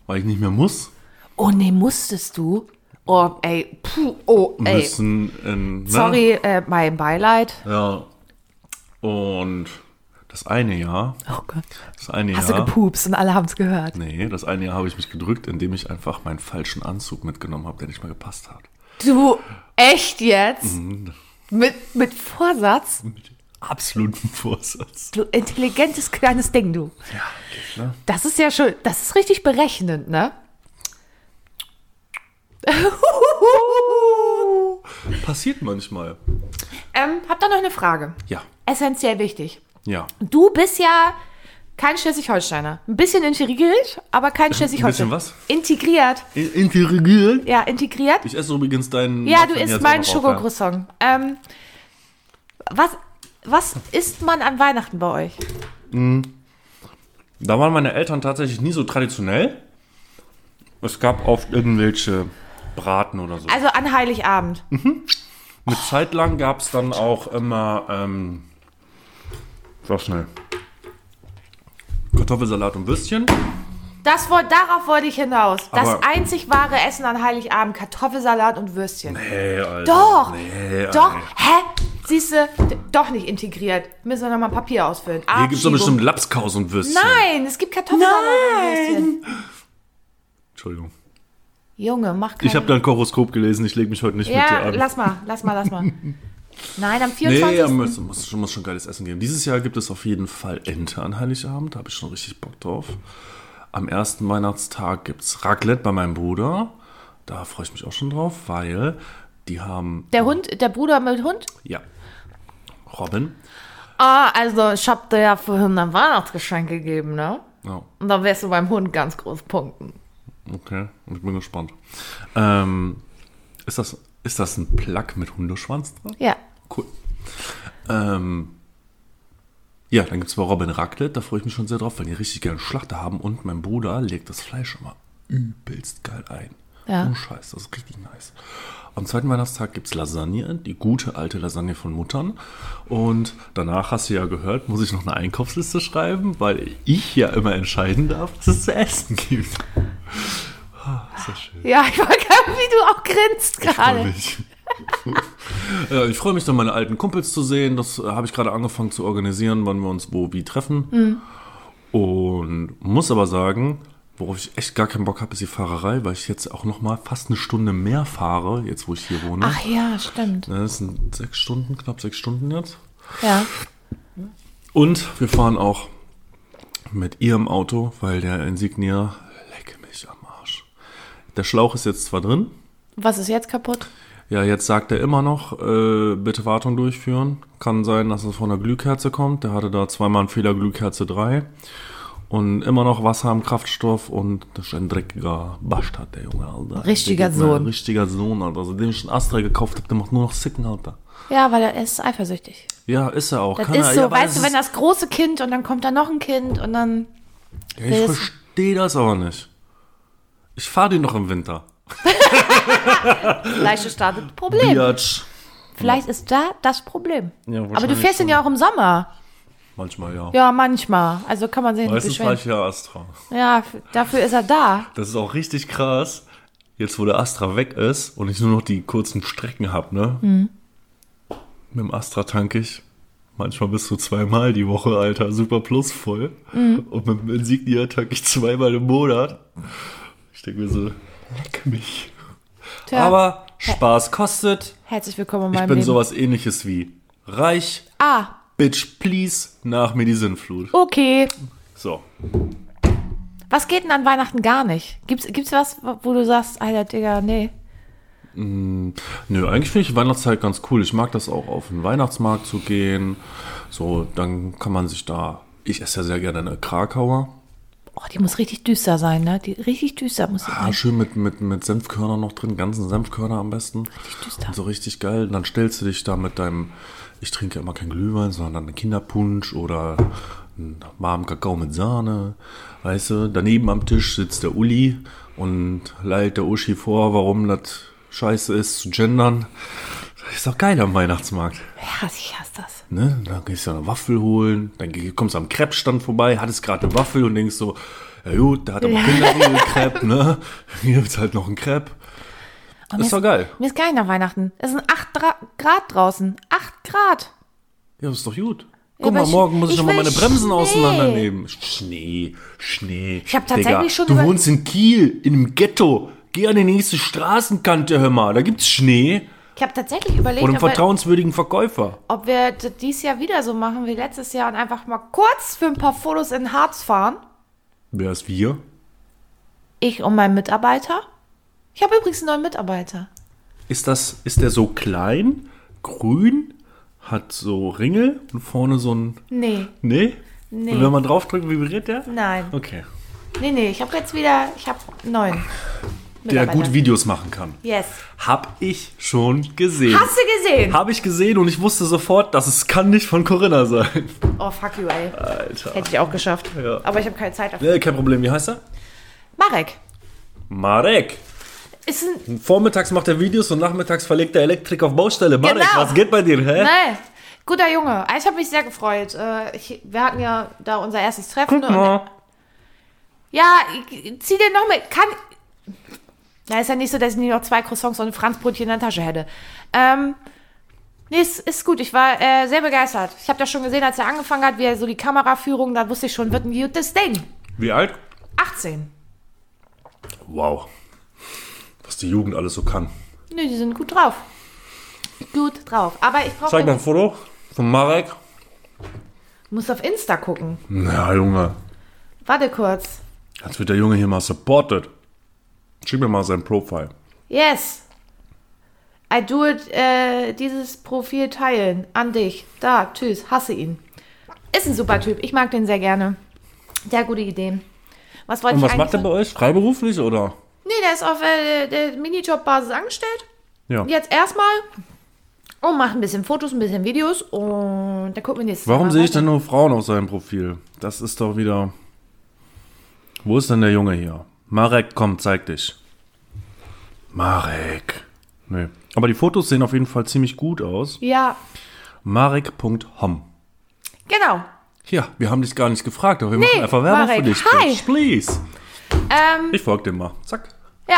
[SPEAKER 1] weil ich nicht mehr muss.
[SPEAKER 2] Oh, nee, musstest du? Oh, ey, puh, oh, ey.
[SPEAKER 1] Müssen, in, ne?
[SPEAKER 2] Sorry, äh, mein Beileid.
[SPEAKER 1] Ja. Und das eine Jahr,
[SPEAKER 2] Oh Gott.
[SPEAKER 1] das eine
[SPEAKER 2] Hast du
[SPEAKER 1] Jahr,
[SPEAKER 2] gepupst und alle haben es gehört.
[SPEAKER 1] nee, das eine Jahr habe ich mich gedrückt, indem ich einfach meinen falschen Anzug mitgenommen habe, der nicht mehr gepasst hat.
[SPEAKER 2] Du, echt jetzt?
[SPEAKER 1] Mhm.
[SPEAKER 2] Mit, mit Vorsatz?
[SPEAKER 1] Mit absolutem Vorsatz. Ne?
[SPEAKER 2] Du intelligentes kleines Ding, du.
[SPEAKER 1] Ja, klar.
[SPEAKER 2] Das ist ja schön. Das ist richtig berechnend, ne?
[SPEAKER 1] Passiert manchmal.
[SPEAKER 2] ähm, hab da noch eine Frage.
[SPEAKER 1] Ja,
[SPEAKER 2] Essentiell wichtig.
[SPEAKER 1] ja.
[SPEAKER 2] Du bist ja Kein Schleswig-Holsteiner. Ein bisschen integriert, aber kein Schleswig-Holsteiner.
[SPEAKER 1] was?
[SPEAKER 2] Integriert.
[SPEAKER 1] Integriert.
[SPEAKER 2] Ja, integriert.
[SPEAKER 1] Ich esse übrigens deinen.
[SPEAKER 2] ja, du
[SPEAKER 1] Muffin jetzt
[SPEAKER 2] isst
[SPEAKER 1] auch
[SPEAKER 2] meinen
[SPEAKER 1] noch auf, ja.
[SPEAKER 2] Schokokroissant. Ähm, was, was isst man an Weihnachten bei euch?
[SPEAKER 1] Da waren meine Eltern tatsächlich nie so traditionell. Es gab oft irgendwelche Braten oder so.
[SPEAKER 2] Also an Heiligabend.
[SPEAKER 1] Eine Zeit lang gab es dann auch immer. Ähm, sag schnell. Kartoffelsalat und Würstchen.
[SPEAKER 2] Das, woll- darauf wollte ich hinaus. Das
[SPEAKER 1] Aber-
[SPEAKER 2] einzig wahre Essen an Heiligabend, Kartoffelsalat und Würstchen.
[SPEAKER 1] Hey, Alter.
[SPEAKER 2] Doch.
[SPEAKER 1] Nee,
[SPEAKER 2] Doch,
[SPEAKER 1] Alter.
[SPEAKER 2] hä? Siehst du, doch nicht integriert. Müssen wir nochmal Papier ausfüllen.
[SPEAKER 1] Hier gibt es doch
[SPEAKER 2] Abschiebung.
[SPEAKER 1] bestimmt Lapskaus und Würstchen.
[SPEAKER 2] Nein, es gibt Kartoffelsalat und Würstchen.
[SPEAKER 1] Entschuldigung.
[SPEAKER 2] Junge, mach keine...
[SPEAKER 1] Ich habe dein Choroskop gelesen, ich lege mich heute nicht mit dir
[SPEAKER 2] Ja,
[SPEAKER 1] an.
[SPEAKER 2] lass mal, lass mal, lass mal. Nein, am
[SPEAKER 1] Nee,
[SPEAKER 2] 24.
[SPEAKER 1] ja, muss, muss, schon- muss schon geiles Essen geben. Dieses Jahr gibt es auf jeden Fall Ente an Heiligabend. Da habe ich schon richtig Bock drauf. Am ersten Weihnachtstag gibt es Raclette bei meinem Bruder. Da freue ich mich auch schon drauf, weil die haben.
[SPEAKER 2] Der Hund, der Bruder mit Hund?
[SPEAKER 1] Ja. Robin.
[SPEAKER 2] Ah, also ich hab dir ja vorhin ein Weihnachtsgeschenk gegeben, ne?
[SPEAKER 1] Ja,
[SPEAKER 2] Und dann wirst du beim Hund ganz groß punkten.
[SPEAKER 1] okay. Ich bin gespannt. Ähm, ist, das, ist das ein Plug mit Hundeschwanz dran?
[SPEAKER 2] Ja.
[SPEAKER 1] Cool. Ähm, ja, dann gibt es bei Robin Raclette, da freue ich mich schon sehr drauf, weil die richtig gerne Schlachter haben und mein Bruder legt das Fleisch immer übelst geil ein.
[SPEAKER 2] Ja.
[SPEAKER 1] Oh Scheiß, das ist richtig nice. Am zweiten Weihnachtstag gibt es Lasagne, die gute alte Lasagne von Muttern. Und danach hast du ja gehört, muss ich noch eine Einkaufsliste schreiben, weil ich ja immer entscheiden darf, was es zu essen gibt. Ah, ist das schön.
[SPEAKER 2] Ja, ich war gerade, wie du auch grinst
[SPEAKER 1] Freue
[SPEAKER 2] gerade.
[SPEAKER 1] mich. Äh, ich freue mich, dann meine alten Kumpels zu sehen. Das äh, habe ich gerade angefangen zu organisieren, wann wir uns wo wie treffen.
[SPEAKER 2] Mhm.
[SPEAKER 1] Und muss aber sagen, worauf ich echt gar keinen Bock habe, ist die Fahrerei, weil ich jetzt auch noch mal fast eine Stunde mehr fahre, jetzt wo ich hier wohne.
[SPEAKER 2] Ach ja, stimmt.
[SPEAKER 1] Das sind sechs Stunden, knapp sechs Stunden jetzt.
[SPEAKER 2] Ja.
[SPEAKER 1] Und wir fahren auch mit ihrem Auto, weil der Insignia, leck mich am Arsch. Der Schlauch ist jetzt zwar drin,
[SPEAKER 2] Was ist jetzt kaputt?
[SPEAKER 1] Ja, jetzt sagt er immer noch, äh, bitte Wartung durchführen. Kann sein, dass es von der Glühkerze kommt. Der hatte da zweimal einen Fehler, Glühkerze 3. Und immer noch Wasser am Kraftstoff und das ist ein dreckiger Bastard, der Junge, Alter.
[SPEAKER 2] Richtiger
[SPEAKER 1] Der geht mir-
[SPEAKER 2] Sohn.
[SPEAKER 1] Richtiger Sohn, Alter. Seitdem ich einen Astra gekauft hab, der macht nur noch Sicken, Alter.
[SPEAKER 2] Ja, weil er ist eifersüchtig.
[SPEAKER 1] Ja, ist er auch.
[SPEAKER 2] Das
[SPEAKER 1] Kann er,
[SPEAKER 2] ist so,
[SPEAKER 1] ja, aber
[SPEAKER 2] weißt du,
[SPEAKER 1] es
[SPEAKER 2] wenn
[SPEAKER 1] ist-
[SPEAKER 2] das große Kind und dann kommt da noch ein Kind und dann.
[SPEAKER 1] Ja, ich verstehe das aber nicht. Ich fahre den noch im Winter.
[SPEAKER 2] Vielleicht startet das Problem.
[SPEAKER 1] Biatsch.
[SPEAKER 2] Vielleicht ist da das Problem.
[SPEAKER 1] Ja,
[SPEAKER 2] Aber du
[SPEAKER 1] wahrscheinlich
[SPEAKER 2] fährst ihn ja auch im Sommer.
[SPEAKER 1] Manchmal ja.
[SPEAKER 2] Ja, manchmal. Also kann man sich nicht
[SPEAKER 1] Meistens fahre
[SPEAKER 2] beschweren.
[SPEAKER 1] ich ja Astra.
[SPEAKER 2] Ja, f- dafür ist er da.
[SPEAKER 1] Das ist auch richtig krass. Jetzt, wo der Astra weg ist und ich nur noch die kurzen Strecken habe, ne? Mit dem Astra tanke ich manchmal bis zu zweimal die Woche, Alter. Super plus voll. Und mit dem Insignia tanke ich zweimal im Monat. Ich denke mir so, leck mich.
[SPEAKER 2] Tja,
[SPEAKER 1] Aber Spaß kostet.
[SPEAKER 2] herzlich willkommen in
[SPEAKER 1] Ich
[SPEAKER 2] meinem
[SPEAKER 1] bin
[SPEAKER 2] Leben.
[SPEAKER 1] sowas ähnliches wie reich.
[SPEAKER 2] ah,
[SPEAKER 1] Bitch, please, nach mir die Sinnflut.
[SPEAKER 2] okay.
[SPEAKER 1] So.
[SPEAKER 2] Was geht denn an Weihnachten gar nicht? Gibt's, gibt's was, wo du sagst, Alter, Digga, nee.
[SPEAKER 1] Nö, eigentlich finde ich die Weihnachtszeit ganz cool. Ich mag das auch, auf den Weihnachtsmarkt zu gehen. So, dann kann man sich da. Ich esse ja sehr gerne eine Krakauer.
[SPEAKER 2] Oh, die muss richtig düster sein, ne? Die richtig düster muss sie
[SPEAKER 1] Ah,
[SPEAKER 2] sein.
[SPEAKER 1] schön mit, mit, mit Senfkörnern noch drin, ganzen Senfkörner am besten.
[SPEAKER 2] düster.
[SPEAKER 1] Und so richtig geil. Und dann stellst du dich da mit deinem. Ich trinke immer keinen Glühwein, sondern einen Kinderpunsch oder einen warmen Kakao mit Sahne. Weißt du, daneben am Tisch sitzt der Uli und leiht der Uschi vor, warum das scheiße ist zu gendern. Das ist doch geil am Weihnachtsmarkt.
[SPEAKER 2] Ja, ich hasse das.
[SPEAKER 1] Ne? Dann gehst du eine Waffel holen, dann geh- kommst du am Crepe-Stand vorbei, hattest gerade eine Waffel und denkst so, ja gut, der hat aber Kinderriegel Crepe, ne? Hier gibt's halt noch einen Crepe.
[SPEAKER 2] mir
[SPEAKER 1] ist doch geil.
[SPEAKER 2] Mir ist geil nach Weihnachten. Es sind 8 Grad draußen. 8 Grad.
[SPEAKER 1] Ja, ist doch gut.
[SPEAKER 2] Ja,
[SPEAKER 1] Guck
[SPEAKER 2] aber
[SPEAKER 1] mal,
[SPEAKER 2] ich-
[SPEAKER 1] morgen muss ich,
[SPEAKER 2] ich
[SPEAKER 1] noch mal
[SPEAKER 2] will
[SPEAKER 1] meine Bremsen
[SPEAKER 2] Schnee.
[SPEAKER 1] auseinandernehmen. Schnee, Schnee.
[SPEAKER 2] Ich hab tatsächlich
[SPEAKER 1] Digga,
[SPEAKER 2] schon
[SPEAKER 1] Du
[SPEAKER 2] über-
[SPEAKER 1] wohnst in Kiel, in einem Ghetto. Geh an die nächste Straßenkante, hör mal. Da gibt's Schnee
[SPEAKER 2] Ich habe tatsächlich überlegt,
[SPEAKER 1] und einen
[SPEAKER 2] ob wir,
[SPEAKER 1] vertrauenswürdigen Verkäufer.
[SPEAKER 2] ob wir das dieses Jahr wieder so machen wie letztes Jahr und einfach mal kurz für ein paar Fotos in den Harz fahren.
[SPEAKER 1] Wer ist wir?
[SPEAKER 2] Ich und mein Mitarbeiter. Ich habe übrigens einen neuen Mitarbeiter.
[SPEAKER 1] Ist, das, ist der so klein, grün, hat so Ringel und vorne so ein.
[SPEAKER 2] Nee,
[SPEAKER 1] Nee?
[SPEAKER 2] Nee.
[SPEAKER 1] Und wenn man draufdrückt, vibriert der?
[SPEAKER 2] Nein.
[SPEAKER 1] Okay.
[SPEAKER 2] Nee, nee, ich habe jetzt wieder, ich habe neun.
[SPEAKER 1] Der
[SPEAKER 2] Mitarbeiter.
[SPEAKER 1] gut Videos machen kann.
[SPEAKER 2] Yes.
[SPEAKER 1] Hab ich schon gesehen.
[SPEAKER 2] Hast du gesehen?
[SPEAKER 1] Habe ich gesehen und ich wusste sofort, dass es kann nicht von Corinna sein.
[SPEAKER 2] Oh, fuck you, ey.
[SPEAKER 1] Alter.
[SPEAKER 2] Hätte ich auch geschafft.
[SPEAKER 1] Ja.
[SPEAKER 2] Aber ich habe keine Zeit dafür.
[SPEAKER 1] Nee, kein Problem. Wie heißt er?
[SPEAKER 2] Marek.
[SPEAKER 1] Marek.
[SPEAKER 2] Ist ein.
[SPEAKER 1] Vormittags macht er Videos und nachmittags verlegt er Elektrik auf Baustelle. Marek,
[SPEAKER 2] Genau.
[SPEAKER 1] was geht bei dir? Hä?
[SPEAKER 2] Nein. Guter Junge. Ich habe mich sehr gefreut. Äh, Ich, wir hatten ja da unser erstes Treffen. Und, ja, ich- zieh den noch mit. Kann. Na, ist ja nicht so, dass ich nicht noch zwei Croissants und ein Franzbrötchen in der Tasche hätte. Ähm. Nee, ist, ist gut. Ich war äh, sehr begeistert. Ich habe das schon gesehen, als er angefangen hat, wie er so die Kameraführung, da wusste ich schon, wird ein gutes Ding.
[SPEAKER 1] Wie alt?
[SPEAKER 2] 18.
[SPEAKER 1] Wow. Was die Jugend alles so kann.
[SPEAKER 2] Nee, die sind gut drauf. Gut drauf. Aber ich
[SPEAKER 1] Zeig mal
[SPEAKER 2] brauche.
[SPEAKER 1] ein Foto von Marek.
[SPEAKER 2] Muss auf Insta gucken.
[SPEAKER 1] Na, Junge.
[SPEAKER 2] Warte kurz.
[SPEAKER 1] Jetzt wird der Junge hier mal supported. Schick mir mal sein Profil.
[SPEAKER 2] Yes. I do it, äh, dieses Profil teilen an dich. Da, tschüss, hasse ihn. Ist ein super Typ. Ich mag den sehr gerne. Der hat gute Ideen. Was wollte
[SPEAKER 1] Und
[SPEAKER 2] ich
[SPEAKER 1] was
[SPEAKER 2] eigentlich
[SPEAKER 1] macht er
[SPEAKER 2] sagen?
[SPEAKER 1] bei euch? Freiberuflich oder?
[SPEAKER 2] Nee, der ist auf äh, der Minijob-Basis angestellt.
[SPEAKER 1] Ja.
[SPEAKER 2] Jetzt erstmal. Und macht ein bisschen Fotos, ein bisschen Videos. Und dann gucken wir nächstes
[SPEAKER 1] Warum
[SPEAKER 2] Mal ne?
[SPEAKER 1] sehe ich
[SPEAKER 2] weiter.
[SPEAKER 1] denn nur Frauen auf seinem Profil? Das ist doch wieder. Wo ist denn der Junge hier? Marek, komm, zeig dich. Marek. Nee. Aber die Fotos sehen auf jeden Fall ziemlich gut aus.
[SPEAKER 2] Ja,
[SPEAKER 1] Marek.hom.
[SPEAKER 2] genau.
[SPEAKER 1] Ja, wir haben dich gar nicht gefragt, aber wir machen einfach Werbung
[SPEAKER 2] Marek,
[SPEAKER 1] für dich.
[SPEAKER 2] hi.
[SPEAKER 1] Bitch, please.
[SPEAKER 2] Ähm,
[SPEAKER 1] Ich folge dir mal. Zack.
[SPEAKER 2] ja.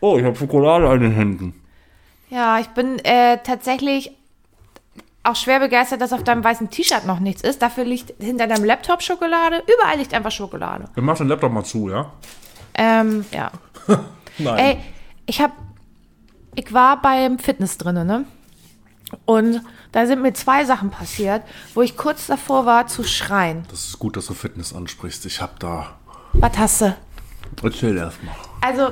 [SPEAKER 1] Oh, ich habe Schokolade an den Händen.
[SPEAKER 2] Ja, ich bin äh, tatsächlich auch schwer begeistert, dass auf deinem weißen T-Shirt noch nichts ist. Dafür liegt hinter deinem Laptop Schokolade. Überall liegt einfach Schokolade.
[SPEAKER 1] Wir machen den Laptop mal zu, ja?
[SPEAKER 2] Ähm, ja.
[SPEAKER 1] Nein.
[SPEAKER 2] Ey, ich hab. Ich war beim Fitness drinne, ne? Und da sind mir zwei Sachen passiert, wo ich kurz davor war zu schreien.
[SPEAKER 1] Das ist gut, dass du Fitness ansprichst. Ich hab da.
[SPEAKER 2] Was hast du?
[SPEAKER 1] Erzähl erstmal.
[SPEAKER 2] Also,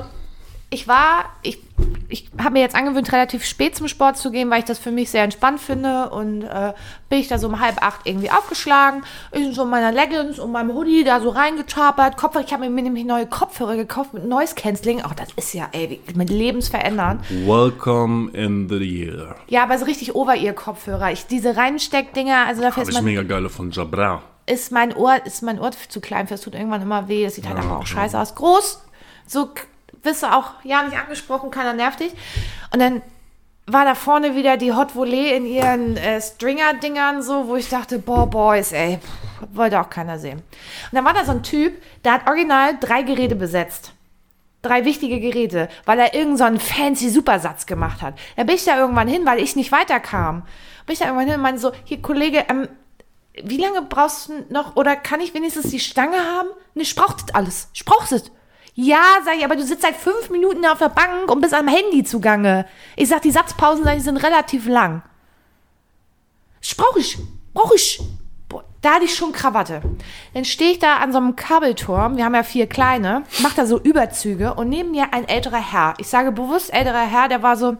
[SPEAKER 2] ich war, ich, ich habe mir jetzt angewöhnt, relativ spät zum Sport zu gehen, weil ich das für mich sehr entspannt finde. Und äh, bin ich da so um halb acht irgendwie aufgeschlagen, in so meiner Leggings und meinem Hoodie da so reingechapert. Kopfhörer, ich habe mir nämlich neue Kopfhörer gekauft mit Noise Cancelling. Auch das ist ja, ey, wie- mit lebensverändernd.
[SPEAKER 1] Welcome in the year.
[SPEAKER 2] Ja, aber so richtig Over-Ear-Kopfhörer. Ich, diese Reinsteckdinger, also dafür
[SPEAKER 1] Habe ich
[SPEAKER 2] ist mein,
[SPEAKER 1] mega geile von Jabra.
[SPEAKER 2] ist mein Ohr, ist mein Ohr zu klein für, es tut irgendwann immer weh, das sieht halt einfach auch scheiße aus. Groß, so k- bist du auch ja nicht angesprochen, keiner nervt dich. Und dann war da vorne wieder die Hot Volley in ihren äh, Stringer-Dingern so, wo ich dachte, boah, Boys, ey, pff, wollte auch keiner sehen. Und dann war da so ein Typ, der hat original drei Geräte besetzt. Drei wichtige Geräte, weil er irgendeinen so einen fancy Supersatz gemacht hat. Da bin ich da irgendwann hin, weil ich nicht weiterkam. Bin ich da irgendwann hin und meinte so, hier Kollege, ähm, wie lange brauchst du noch oder kann ich wenigstens die Stange haben? Ne, ich brauch das alles. Ich brauch das. Ja, sag ich, aber du sitzt seit fünf Minuten auf der Bank und bist am Handy zugange. Ich sag, die Satzpausen sag ich, sind relativ lang. Ich brauch ich. Brauch ich. Boah, da hatte ich schon Krawatte. Dann stehe ich da an so einem Kabelturm, wir haben ja vier kleine, mach da so Überzüge und neben mir ein älterer Herr. Ich sage bewusst älterer Herr, der war so,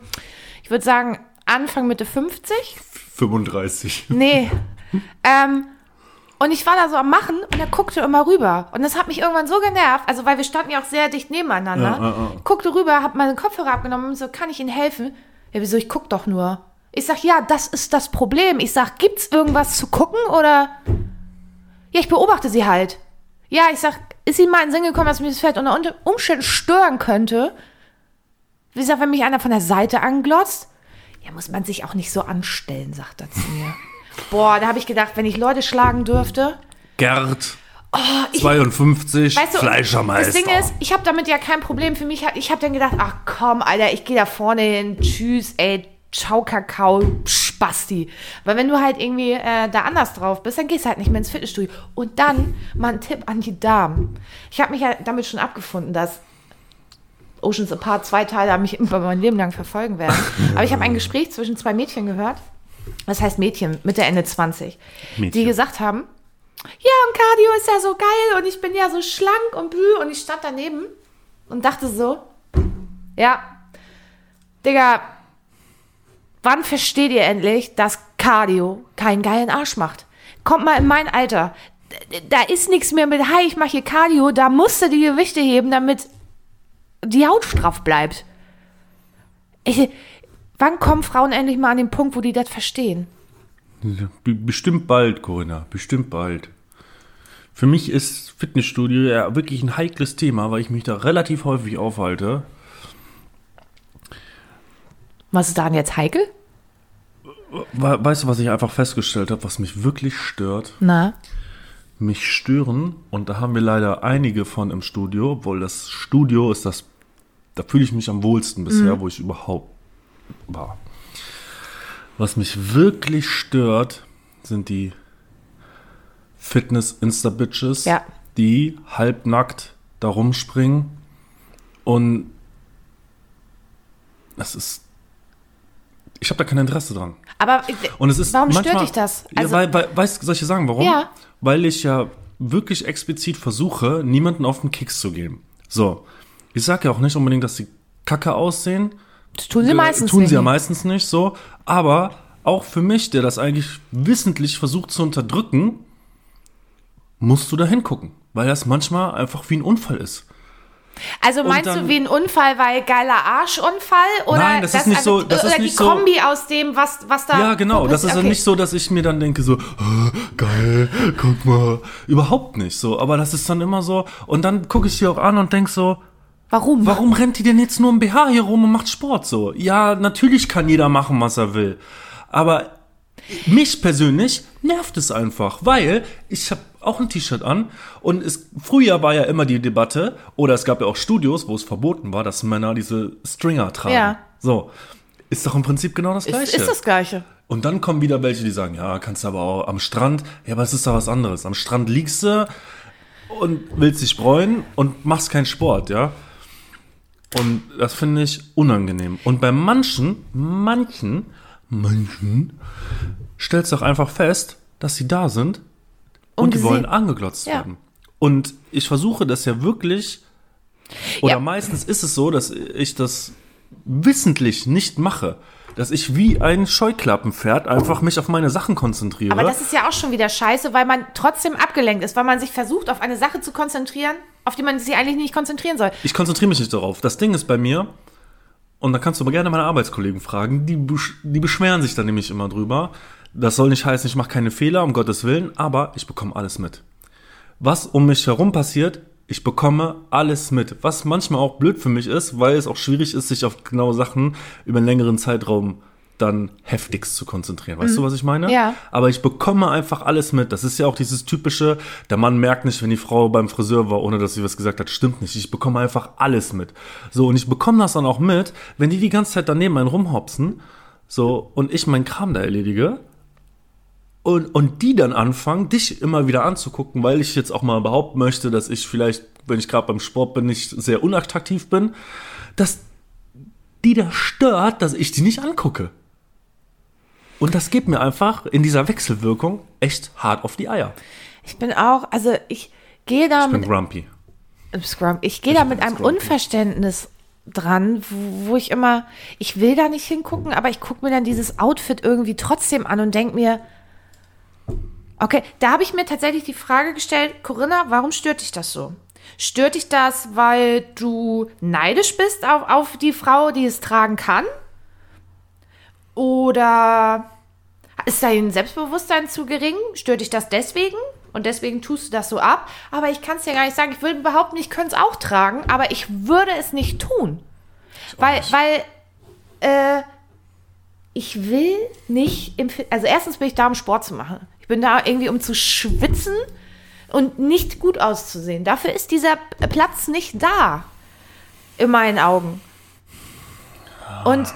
[SPEAKER 2] ich würde sagen, Anfang Mitte 50.
[SPEAKER 1] 35.
[SPEAKER 2] Nee. ähm, und ich war da so am Machen und er guckte immer rüber. Und das hat mich irgendwann so genervt, also weil wir standen ja auch sehr dicht nebeneinander.
[SPEAKER 1] Ja, ja, ja.
[SPEAKER 2] Ich Guckte rüber, hab meine Kopfhörer abgenommen und so, kann ich Ihnen helfen? Ja, wieso, ich guck doch nur. Ich sag, ja, das ist das Problem. Ich sag, gibt's irgendwas zu gucken oder? Ja, ich beobachte sie halt. Ja, ich sag, ist Ihnen mal in den Sinn gekommen, dass mich das Feld unter Unter- Umständen stören könnte? Wie gesagt, wenn mich einer von der Seite anglotzt, ja, muss man sich auch nicht so anstellen, sagt er zu mir. Boah, da habe ich gedacht, wenn ich Leute schlagen dürfte.
[SPEAKER 1] Gerd. 52.
[SPEAKER 2] Oh, Weißt du,
[SPEAKER 1] Fleischermeister.
[SPEAKER 2] das Ding ist, ich habe damit ja kein Problem. Für mich, ich habe dann gedacht, ach komm, Alter, ich gehe da vorne hin. Tschüss, ey, ciao, Kakao, Spasti. Weil wenn du halt irgendwie äh, da anders drauf bist, dann gehst du halt nicht mehr ins Fitnessstudio. Und dann mal ein Tipp an die Damen. Ich habe mich ja damit schon abgefunden, dass Oceans Apart zwei Teile mich immer mein Leben lang verfolgen werden. Aber ich habe ein Gespräch zwischen zwei Mädchen gehört. Das heißt Mädchen, Mitte, Ende 20. Die
[SPEAKER 1] Mädchen.
[SPEAKER 2] gesagt haben, ja, und Cardio ist ja so geil und ich bin ja so schlank und blü. Und ich stand daneben und dachte so, ja, Digga, wann versteht ihr endlich, dass Cardio keinen geilen Arsch macht? Kommt mal in mein Alter. da ist nichts mehr mit, hi, ich mache hier Cardio, da musst du die Gewichte heben, damit die Haut straff bleibt. Ich, wann kommen Frauen endlich mal an den Punkt, wo die das verstehen?
[SPEAKER 1] B bestimmt bald, Corinna, bestimmt bald. Für mich ist Fitnessstudio ja wirklich ein heikles Thema, weil ich mich da relativ häufig aufhalte.
[SPEAKER 2] Was ist daran jetzt heikel?
[SPEAKER 1] We weißt du, was ich einfach festgestellt habe, was mich wirklich stört?
[SPEAKER 2] Na?
[SPEAKER 1] mich stören. Und da haben wir leider einige von im Studio, obwohl das Studio ist das, da fühle ich mich am wohlsten bisher, wo ich überhaupt war. Was mich wirklich stört, sind die Fitness-Insta-Bitches,
[SPEAKER 2] Ja.
[SPEAKER 1] die halbnackt da rumspringen. Und das ist. Ich habe da kein Interesse dran.
[SPEAKER 2] Aber
[SPEAKER 1] Und es ist
[SPEAKER 2] warum
[SPEAKER 1] manchmal,
[SPEAKER 2] stört dich das? Also,
[SPEAKER 1] ja, weil, weil, weißt du, soll ich dir sagen, warum?
[SPEAKER 2] Ja.
[SPEAKER 1] Weil ich ja wirklich explizit versuche, niemanden auf den Keks zu geben. So. Ich sage ja auch nicht unbedingt, dass sie kacke aussehen.
[SPEAKER 2] das tun sie
[SPEAKER 1] Äh,
[SPEAKER 2] meistens
[SPEAKER 1] Tun
[SPEAKER 2] nicht.
[SPEAKER 1] sie ja meistens nicht so. Aber auch für mich, der das eigentlich wissentlich versucht zu unterdrücken, musst du da hingucken. Weil das manchmal einfach wie ein Unfall ist.
[SPEAKER 2] Also
[SPEAKER 1] Und
[SPEAKER 2] meinst du
[SPEAKER 1] dann-
[SPEAKER 2] wie ein Unfall, weil geiler Arschunfall oder also,
[SPEAKER 1] Nein, das ist nicht so- das
[SPEAKER 2] oder
[SPEAKER 1] ist
[SPEAKER 2] die
[SPEAKER 1] nicht so-
[SPEAKER 2] Kombi aus dem, was was da
[SPEAKER 1] Ja, genau. Das ist ja
[SPEAKER 2] okay.
[SPEAKER 1] nicht so, dass ich mir dann denke, so, "Ah, geil, guck mal. Überhaupt nicht so. Aber das ist dann immer so. Und dann gucke ich sie auch an und denk so,
[SPEAKER 2] Warum?
[SPEAKER 1] warum rennt die denn jetzt nur im BH hier rum und macht Sport so? Ja, natürlich kann jeder machen, was er will. Aber mich persönlich nervt es einfach, weil ich habe auch ein T-Shirt an und es, früher war ja immer die Debatte, oder es gab ja auch Studios, wo es verboten war, dass Männer diese Stringer tragen.
[SPEAKER 2] Ja.
[SPEAKER 1] So. Ist doch im Prinzip genau das
[SPEAKER 2] Ist,
[SPEAKER 1] Gleiche.
[SPEAKER 2] ist das gleiche.
[SPEAKER 1] Und dann kommen wieder welche, die sagen, ja, kannst du aber auch am Strand. Ja, aber es ist da was anderes. Am Strand liegst du und willst dich bräunen und machst keinen Sport, ja. Und das finde ich unangenehm. Und bei manchen, manchen, manchen stellst du auch einfach fest, dass sie da sind und,
[SPEAKER 2] Und
[SPEAKER 1] die
[SPEAKER 2] gesehen.
[SPEAKER 1] wollen angeglotzt
[SPEAKER 2] Ja.
[SPEAKER 1] werden. Und ich versuche das ja wirklich, oder
[SPEAKER 2] Ja.
[SPEAKER 1] meistens ist es so, dass ich das wissentlich nicht mache, dass ich wie ein Scheuklappenpferd einfach mich auf meine Sachen konzentriere.
[SPEAKER 2] Aber das ist ja auch schon wieder scheiße, weil man trotzdem abgelenkt ist, weil man sich versucht, auf eine Sache zu konzentrieren, auf die man sich eigentlich nicht konzentrieren soll.
[SPEAKER 1] ich konzentriere mich nicht darauf. Das Ding ist bei mir, und da kannst du aber gerne meine Arbeitskollegen fragen, die, besch- die beschweren sich dann nämlich immer drüber. Das soll nicht heißen, ich mache keine Fehler, um Gottes Willen, aber ich bekomme alles mit. Was um mich herum passiert, ich bekomme alles mit. Was manchmal auch blöd für mich ist, weil es auch schwierig ist, sich auf genaue Sachen über einen längeren Zeitraum dann heftigst zu konzentrieren. Weißt du, was ich meine?
[SPEAKER 2] Ja.
[SPEAKER 1] Aber ich bekomme einfach alles mit. Das ist ja auch dieses typische, der Mann merkt nicht, wenn die Frau beim Friseur war, ohne dass sie was gesagt hat. Stimmt nicht. Ich bekomme einfach alles mit. So, und ich bekomme das dann auch mit, wenn die die ganze Zeit daneben einen rumhopsen, so, und ich meinen Kram da erledige. Und, und die dann anfangen, dich immer wieder anzugucken, weil ich jetzt auch mal behaupten möchte, dass ich vielleicht, wenn ich gerade beim Sport bin, nicht sehr unattraktiv bin, dass die da stört, dass ich die nicht angucke. Und das geht mir einfach in dieser Wechselwirkung echt hart auf die Eier.
[SPEAKER 2] Ich bin auch, also ich gehe da
[SPEAKER 1] Ich bin
[SPEAKER 2] mit
[SPEAKER 1] grumpy.
[SPEAKER 2] im Scrum, ich gehe da mit einem
[SPEAKER 1] Scrum.
[SPEAKER 2] Unverständnis dran, wo, wo ich immer, ich will da nicht hingucken, aber ich gucke mir dann dieses Outfit irgendwie trotzdem an und denke mir, okay, da habe ich mir tatsächlich die Frage gestellt, Corinna, warum stört dich das so? Stört dich das, weil du neidisch bist auf, auf die Frau, die es tragen kann? Oder ist dein Selbstbewusstsein zu gering? Stört dich das deswegen? Und deswegen tust du das so ab? Aber ich kann es dir gar nicht sagen. Ich würde behaupten, ich könnte es auch tragen, aber ich würde es nicht tun. Weil, weil, äh, ich will nicht im, Fit- also erstens bin ich da, um Sport zu machen. Ich bin da irgendwie, um zu schwitzen und nicht gut auszusehen. Dafür ist dieser Platz nicht da. In meinen Augen. Und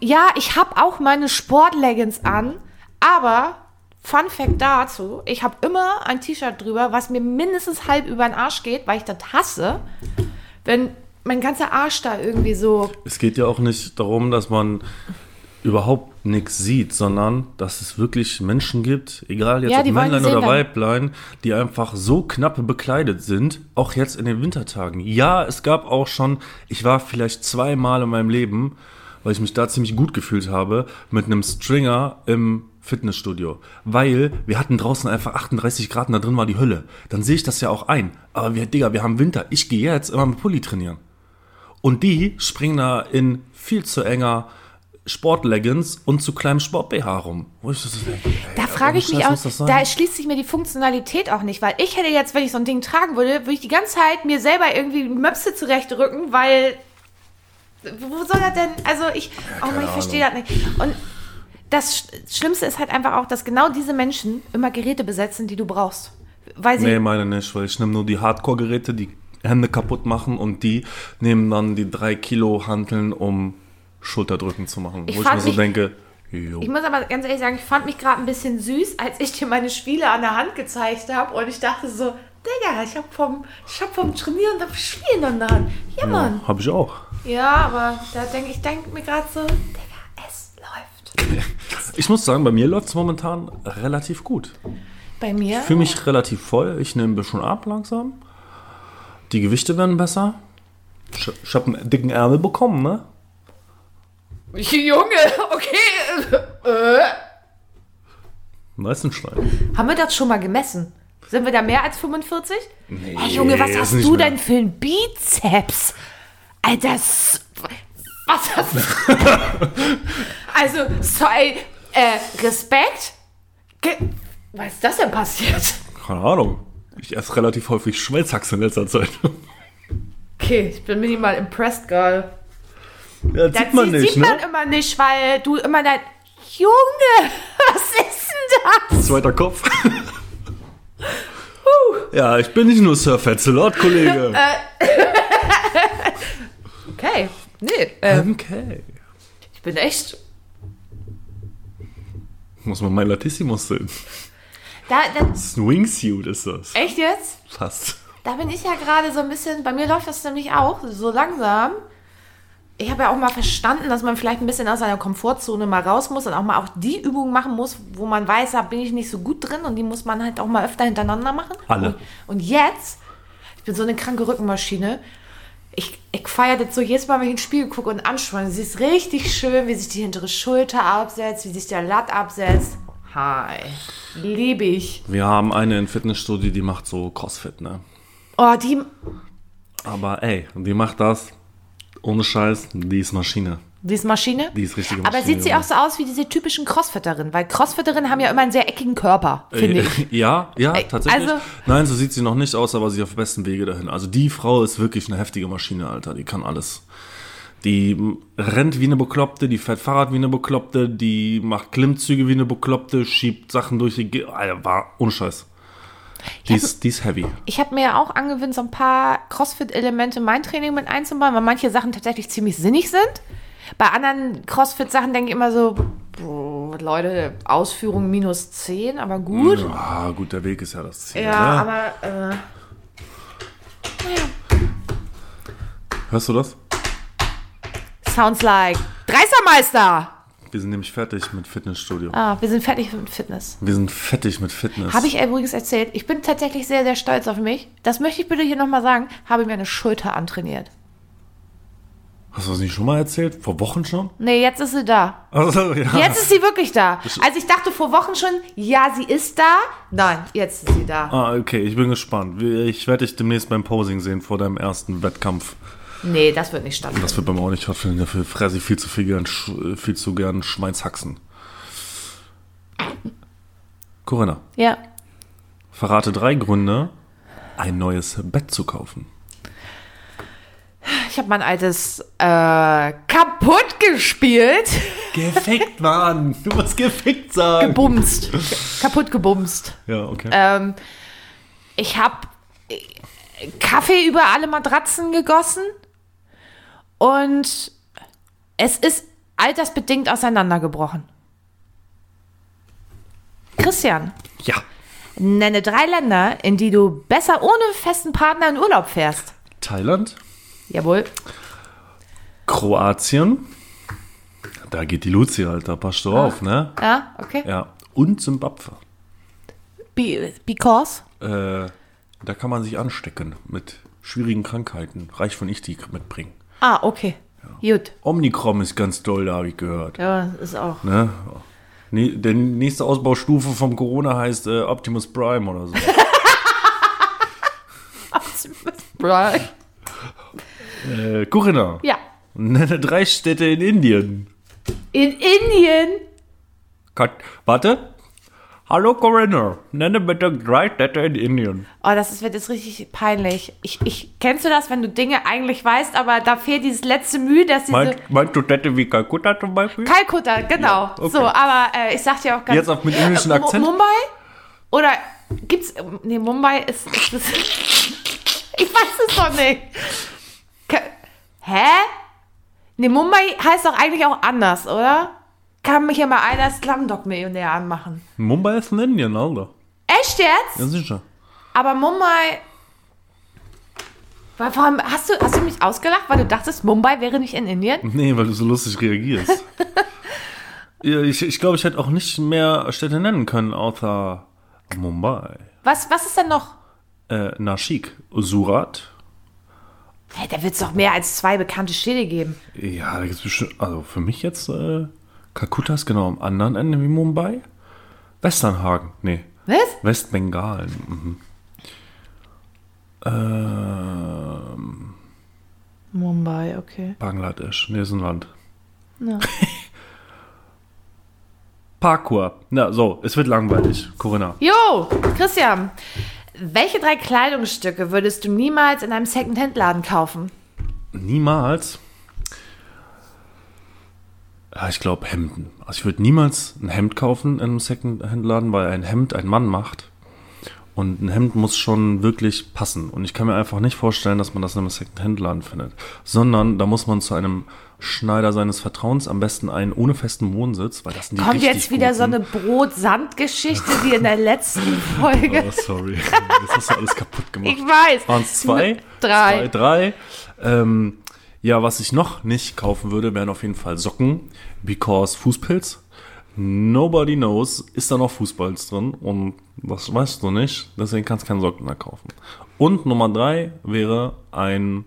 [SPEAKER 2] ja, ich habe auch meine Sportleggings an, aber Fun Fact dazu, ich habe immer ein T-Shirt drüber, was mir mindestens halb über den Arsch geht, weil ich das hasse, wenn mein ganzer Arsch da irgendwie so
[SPEAKER 1] Es geht ja auch nicht darum, dass man überhaupt nichts sieht, sondern dass es wirklich Menschen gibt, egal jetzt
[SPEAKER 2] Ja,
[SPEAKER 1] ob
[SPEAKER 2] die wollen
[SPEAKER 1] Männlein
[SPEAKER 2] sehen
[SPEAKER 1] oder
[SPEAKER 2] dann.
[SPEAKER 1] Weiblein, die einfach so knapp bekleidet sind, auch jetzt in den Wintertagen. Ja, es gab auch schon, ich war vielleicht zweimal in meinem Leben, weil ich mich da ziemlich gut gefühlt habe, mit einem Stringer im Fitnessstudio. Weil wir hatten draußen einfach 38 Grad und da drin war die Hölle. Dann sehe ich das ja auch ein. Aber wir, Digga, wir haben Winter. Ich gehe jetzt immer mit Pulli trainieren. Und die springen da in viel zu enger Sportleggings und zu kleinem Sport-BH rum. Wo ich so denke, ey,
[SPEAKER 2] Da frage ich
[SPEAKER 1] warum
[SPEAKER 2] mich
[SPEAKER 1] scheiß
[SPEAKER 2] auch,
[SPEAKER 1] muss das sein?
[SPEAKER 2] da schließt sich mir die Funktionalität auch nicht, weil ich hätte jetzt, wenn ich so ein Ding tragen würde, würde ich die ganze Zeit mir selber irgendwie Möpse zurechtrücken, weil wo soll das denn? Also ich, oh Mann, ich verstehe das nicht. Und das Sch- Schlimmste ist halt einfach auch, dass genau diese Menschen immer Geräte besetzen, die du brauchst, weil sie
[SPEAKER 1] Nee, meine nicht, weil ich nehme nur die Hardcore-Geräte, die Hände kaputt machen und die nehmen dann die 3 Kilo Hanteln, um Schulterdrücken zu machen.
[SPEAKER 2] Ich
[SPEAKER 1] wo ich
[SPEAKER 2] frag
[SPEAKER 1] mir so
[SPEAKER 2] mich-
[SPEAKER 1] denke, jo.
[SPEAKER 2] Ich muss aber ganz ehrlich sagen, ich fand mich gerade ein bisschen süß, als ich dir meine Spiele an der Hand gezeigt habe und ich dachte so, Digga, ich hab vom, ich hab vom Trainieren das Spielen an der Hand. Ja, Mann.
[SPEAKER 1] Habe ich auch.
[SPEAKER 2] Ja, aber da denke ich denk mir gerade so, Digga, es läuft.
[SPEAKER 1] Ich muss sagen, bei mir läuft es momentan relativ gut.
[SPEAKER 2] Bei mir?
[SPEAKER 1] Ich fühle mich relativ voll. Ich nehme ein bisschen ab langsam. Die Gewichte werden besser. Ich, ich habe einen dicken Ärmel bekommen, ne?
[SPEAKER 2] Junge, okay.
[SPEAKER 1] Weißenstein.
[SPEAKER 2] Haben wir das schon mal gemessen? Sind wir da mehr als 45?
[SPEAKER 1] Nee,
[SPEAKER 2] Hey Junge, was
[SPEAKER 1] das
[SPEAKER 2] hast
[SPEAKER 1] nicht
[SPEAKER 2] du
[SPEAKER 1] mehr.
[SPEAKER 2] denn für einen Bizeps? Alter, s- was hast du? also, sorry, äh, Respekt? Ge was ist das denn passiert?
[SPEAKER 1] Keine Ahnung. Ich esse relativ häufig Schmelzhaxe in letzter Zeit.
[SPEAKER 2] Okay, ich bin minimal impressed gerade.
[SPEAKER 1] Ja, das
[SPEAKER 2] Das
[SPEAKER 1] sieht man nicht,
[SPEAKER 2] sieht
[SPEAKER 1] ne?
[SPEAKER 2] man immer nicht, weil du immer dein... Junge, was ist denn das?
[SPEAKER 1] Zweiter Kopf. ja, ich bin nicht nur Sir Fetzelot, Kollege.
[SPEAKER 2] Äh, Okay, nee, äh,
[SPEAKER 1] okay.
[SPEAKER 2] ich bin echt...
[SPEAKER 1] Muss man mein Latissimus sehen.
[SPEAKER 2] Da, das,
[SPEAKER 1] Das ist ein Wingsuit, ist das.
[SPEAKER 2] echt jetzt?
[SPEAKER 1] Fast.
[SPEAKER 2] Da bin ich ja gerade so ein bisschen, bei mir läuft das nämlich auch so langsam. Ich habe ja auch mal verstanden, dass man vielleicht ein bisschen aus seiner Komfortzone mal raus muss und auch mal auch die Übungen machen muss, wo man weiß, da bin ich nicht so gut drin und die muss man halt auch mal öfter hintereinander machen.
[SPEAKER 1] Alle.
[SPEAKER 2] Und, und jetzt, ich bin so eine kranke Rückenmaschine. Ich, ich feiere das so jedes Mal, wenn ich ins Spiegel gucke und anspanne. Sie ist richtig schön, wie sich die hintere Schulter absetzt, wie sich der Latt absetzt. Hi. Liebe ich.
[SPEAKER 1] Wir haben eine im Fitnessstudio, die macht so Crossfit, ne?
[SPEAKER 2] Oh, die,
[SPEAKER 1] Aber ey, die macht das ohne Scheiß, die ist Maschine.
[SPEAKER 2] die ist Maschine.
[SPEAKER 1] Die ist richtige Maschine.
[SPEAKER 2] Aber sieht sie auch
[SPEAKER 1] Junge.
[SPEAKER 2] so aus wie diese typischen Crossfitterinnen? Weil Crossfitterinnen haben ja immer einen sehr eckigen Körper, finde ich.
[SPEAKER 1] Äh, Ja, ja,
[SPEAKER 2] Ey,
[SPEAKER 1] tatsächlich.
[SPEAKER 2] also-
[SPEAKER 1] Nein, so sieht sie noch nicht aus, aber sie ist auf besten Wege dahin. Also die Frau ist wirklich eine heftige Maschine, Alter. Die kann alles. Die m, rennt wie eine Bekloppte, die fährt Fahrrad wie eine Bekloppte, die macht Klimmzüge wie eine Bekloppte, schiebt Sachen durch die... Ge Alter, war ohne Scheiß. Die ist, die ist heavy.
[SPEAKER 2] Ich habe mir ja auch angewöhnt, so ein paar Crossfit-Elemente in mein Training mit einzubauen, weil manche Sachen tatsächlich ziemlich sinnig sind. Bei anderen Crossfit-Sachen denke ich immer so, boah, Leute, Ausführung minus 10, aber gut.
[SPEAKER 1] Ah, gut, der Weg ist ja das Ziel.
[SPEAKER 2] Ja,
[SPEAKER 1] ne?
[SPEAKER 2] aber äh,
[SPEAKER 1] Hörst du das?
[SPEAKER 2] sounds like Dreistermeister.
[SPEAKER 1] Wir sind nämlich fertig mit Fitnessstudio.
[SPEAKER 2] Ah, wir sind fertig mit Fitness.
[SPEAKER 1] Wir sind fertig mit Fitness.
[SPEAKER 2] Habe ich übrigens erzählt, ich bin tatsächlich sehr, sehr stolz auf mich. Das möchte ich bitte hier nochmal sagen. Habe mir eine Schulter antrainiert.
[SPEAKER 1] Hast du das nicht schon mal erzählt? Vor Wochen schon?
[SPEAKER 2] Nee, jetzt ist sie da.
[SPEAKER 1] Also, ja.
[SPEAKER 2] Jetzt ist sie wirklich da. Also ich dachte vor Wochen schon, ja, sie ist da. Nein, jetzt ist sie da.
[SPEAKER 1] Ah, okay, ich bin gespannt. Ich werde dich demnächst beim Posing sehen vor deinem ersten Wettkampf.
[SPEAKER 2] Nee, das wird nicht stattfinden.
[SPEAKER 1] Das wird beim auch nicht stattfinden. Dafür fresse ich viel zu viel gern, Sch- viel zu gern Schweinshaxen. Corinna,
[SPEAKER 2] Ja.
[SPEAKER 1] verrate drei Gründe, ein neues Bett zu kaufen.
[SPEAKER 2] Ich habe mein altes äh, kaputt gespielt.
[SPEAKER 1] Gefickt, Mann! Du musst gefickt sein!
[SPEAKER 2] Gebumst. kaputt gebumst.
[SPEAKER 1] ja, okay.
[SPEAKER 2] Ähm, ich habe Kaffee über alle Matratzen gegossen und es ist altersbedingt auseinandergebrochen. Christian,
[SPEAKER 1] ja.
[SPEAKER 2] nenne drei Länder, in die du besser ohne festen Partner in Urlaub fährst.
[SPEAKER 1] Thailand,
[SPEAKER 2] Jawohl.
[SPEAKER 1] Kroatien. Da geht die Luzi, Alter. Passt du auf, ne?
[SPEAKER 2] Ja, okay.
[SPEAKER 1] Ja. Und Zimbabwe.
[SPEAKER 2] Be because?
[SPEAKER 1] Äh, da kann man sich anstecken mit schwierigen Krankheiten. Reich von ich die mitbringen.
[SPEAKER 2] Ah, okay. Gut.
[SPEAKER 1] Omikron ist ganz toll, da habe ich gehört.
[SPEAKER 2] Ja, ist auch.
[SPEAKER 1] Ne? Nee, die nächste Ausbaustufe vom Corona heißt äh, Optimus Prime oder so. äh, Corinna,
[SPEAKER 2] ja.
[SPEAKER 1] nenne drei Städte in Indien.
[SPEAKER 2] In Indien?
[SPEAKER 1] Kat Warte. Hallo Corinna, nenne bitte drei Städte in Indien.
[SPEAKER 2] Oh, das ist, wird jetzt richtig peinlich. Ich, ich, kennst du das, wenn du Dinge eigentlich weißt, aber da fehlt dieses letzte Mühe, dass diese.
[SPEAKER 1] Meint, meinst du Städte wie Kalkutta zum Beispiel?
[SPEAKER 2] Also- Kalkutta, genau.
[SPEAKER 1] Ja, okay.
[SPEAKER 2] So, aber äh, ich sag dir auch ganz.
[SPEAKER 1] Jetzt auf mit englischen
[SPEAKER 2] Äh, Mu-
[SPEAKER 1] Akzent?
[SPEAKER 2] Mumbai? Oder gibt's. Nee, Mumbai ist. ist, ist ich weiß es doch nicht. Ka Hä? Nee, Mumbai heißt doch eigentlich auch anders, oder? Kann mich ja mal einer Slumdog-Millionär anmachen.
[SPEAKER 1] Mumbai ist in Indien, Alter.
[SPEAKER 2] Echt jetzt?
[SPEAKER 1] Ja, sicher.
[SPEAKER 2] Aber Mumbai. Weil vor allem, hast du, hast du mich ausgelacht, weil du dachtest, Mumbai wäre nicht in Indien?
[SPEAKER 1] Nee, weil du so lustig reagierst. ja, ich ich glaube, ich hätte auch nicht mehr Städte nennen können, außer Mumbai.
[SPEAKER 2] Was, was ist denn noch?
[SPEAKER 1] Äh, Nashik, Surat.
[SPEAKER 2] Hey, da wird es doch mehr als zwei bekannte Städte geben.
[SPEAKER 1] Ja, da gibt es bestimmt. Also für mich jetzt, äh, Kalkutta ist genau am anderen Ende wie Mumbai. Westernhagen, nee.
[SPEAKER 2] Was?
[SPEAKER 1] Westbengalen. Mhm. Ähm,
[SPEAKER 2] Mumbai, okay.
[SPEAKER 1] Bangladesch, nee, ist ein Land. Parkour. Na, so, es wird langweilig, Corinna.
[SPEAKER 2] Jo, Christian, welche drei Kleidungsstücke würdest du niemals in einem Secondhand-Laden kaufen?
[SPEAKER 1] Niemals. Ja, ich glaube Hemden. Also ich würde niemals ein Hemd kaufen in einem Secondhand-Laden, weil ein Hemd ein Mann macht. Und ein Hemd muss schon wirklich passen. Und ich kann mir einfach nicht vorstellen, dass man das in einem Secondhand-Laden findet. Sondern da muss man zu einem Schneider seines Vertrauens, am besten einen ohne festen Wohnsitz, weil das sind die
[SPEAKER 2] Kommt
[SPEAKER 1] richtig ne?
[SPEAKER 2] jetzt wieder
[SPEAKER 1] guten.
[SPEAKER 2] so eine Brot-Sand-Geschichte wie in der letzten Folge.
[SPEAKER 1] Oh, sorry. Das hast du alles kaputt gemacht.
[SPEAKER 2] Ich weiß.
[SPEAKER 1] Waren es zwei?
[SPEAKER 2] N- drei.
[SPEAKER 1] Zwei, drei. Ähm, ja, was ich noch nicht kaufen würde, wären auf jeden Fall Socken. Because Fußpilz. Nobody knows, ist da noch Fußballs drin und das weißt du nicht, deswegen kannst du keinen Socken mehr kaufen. Und Nummer drei wäre ein,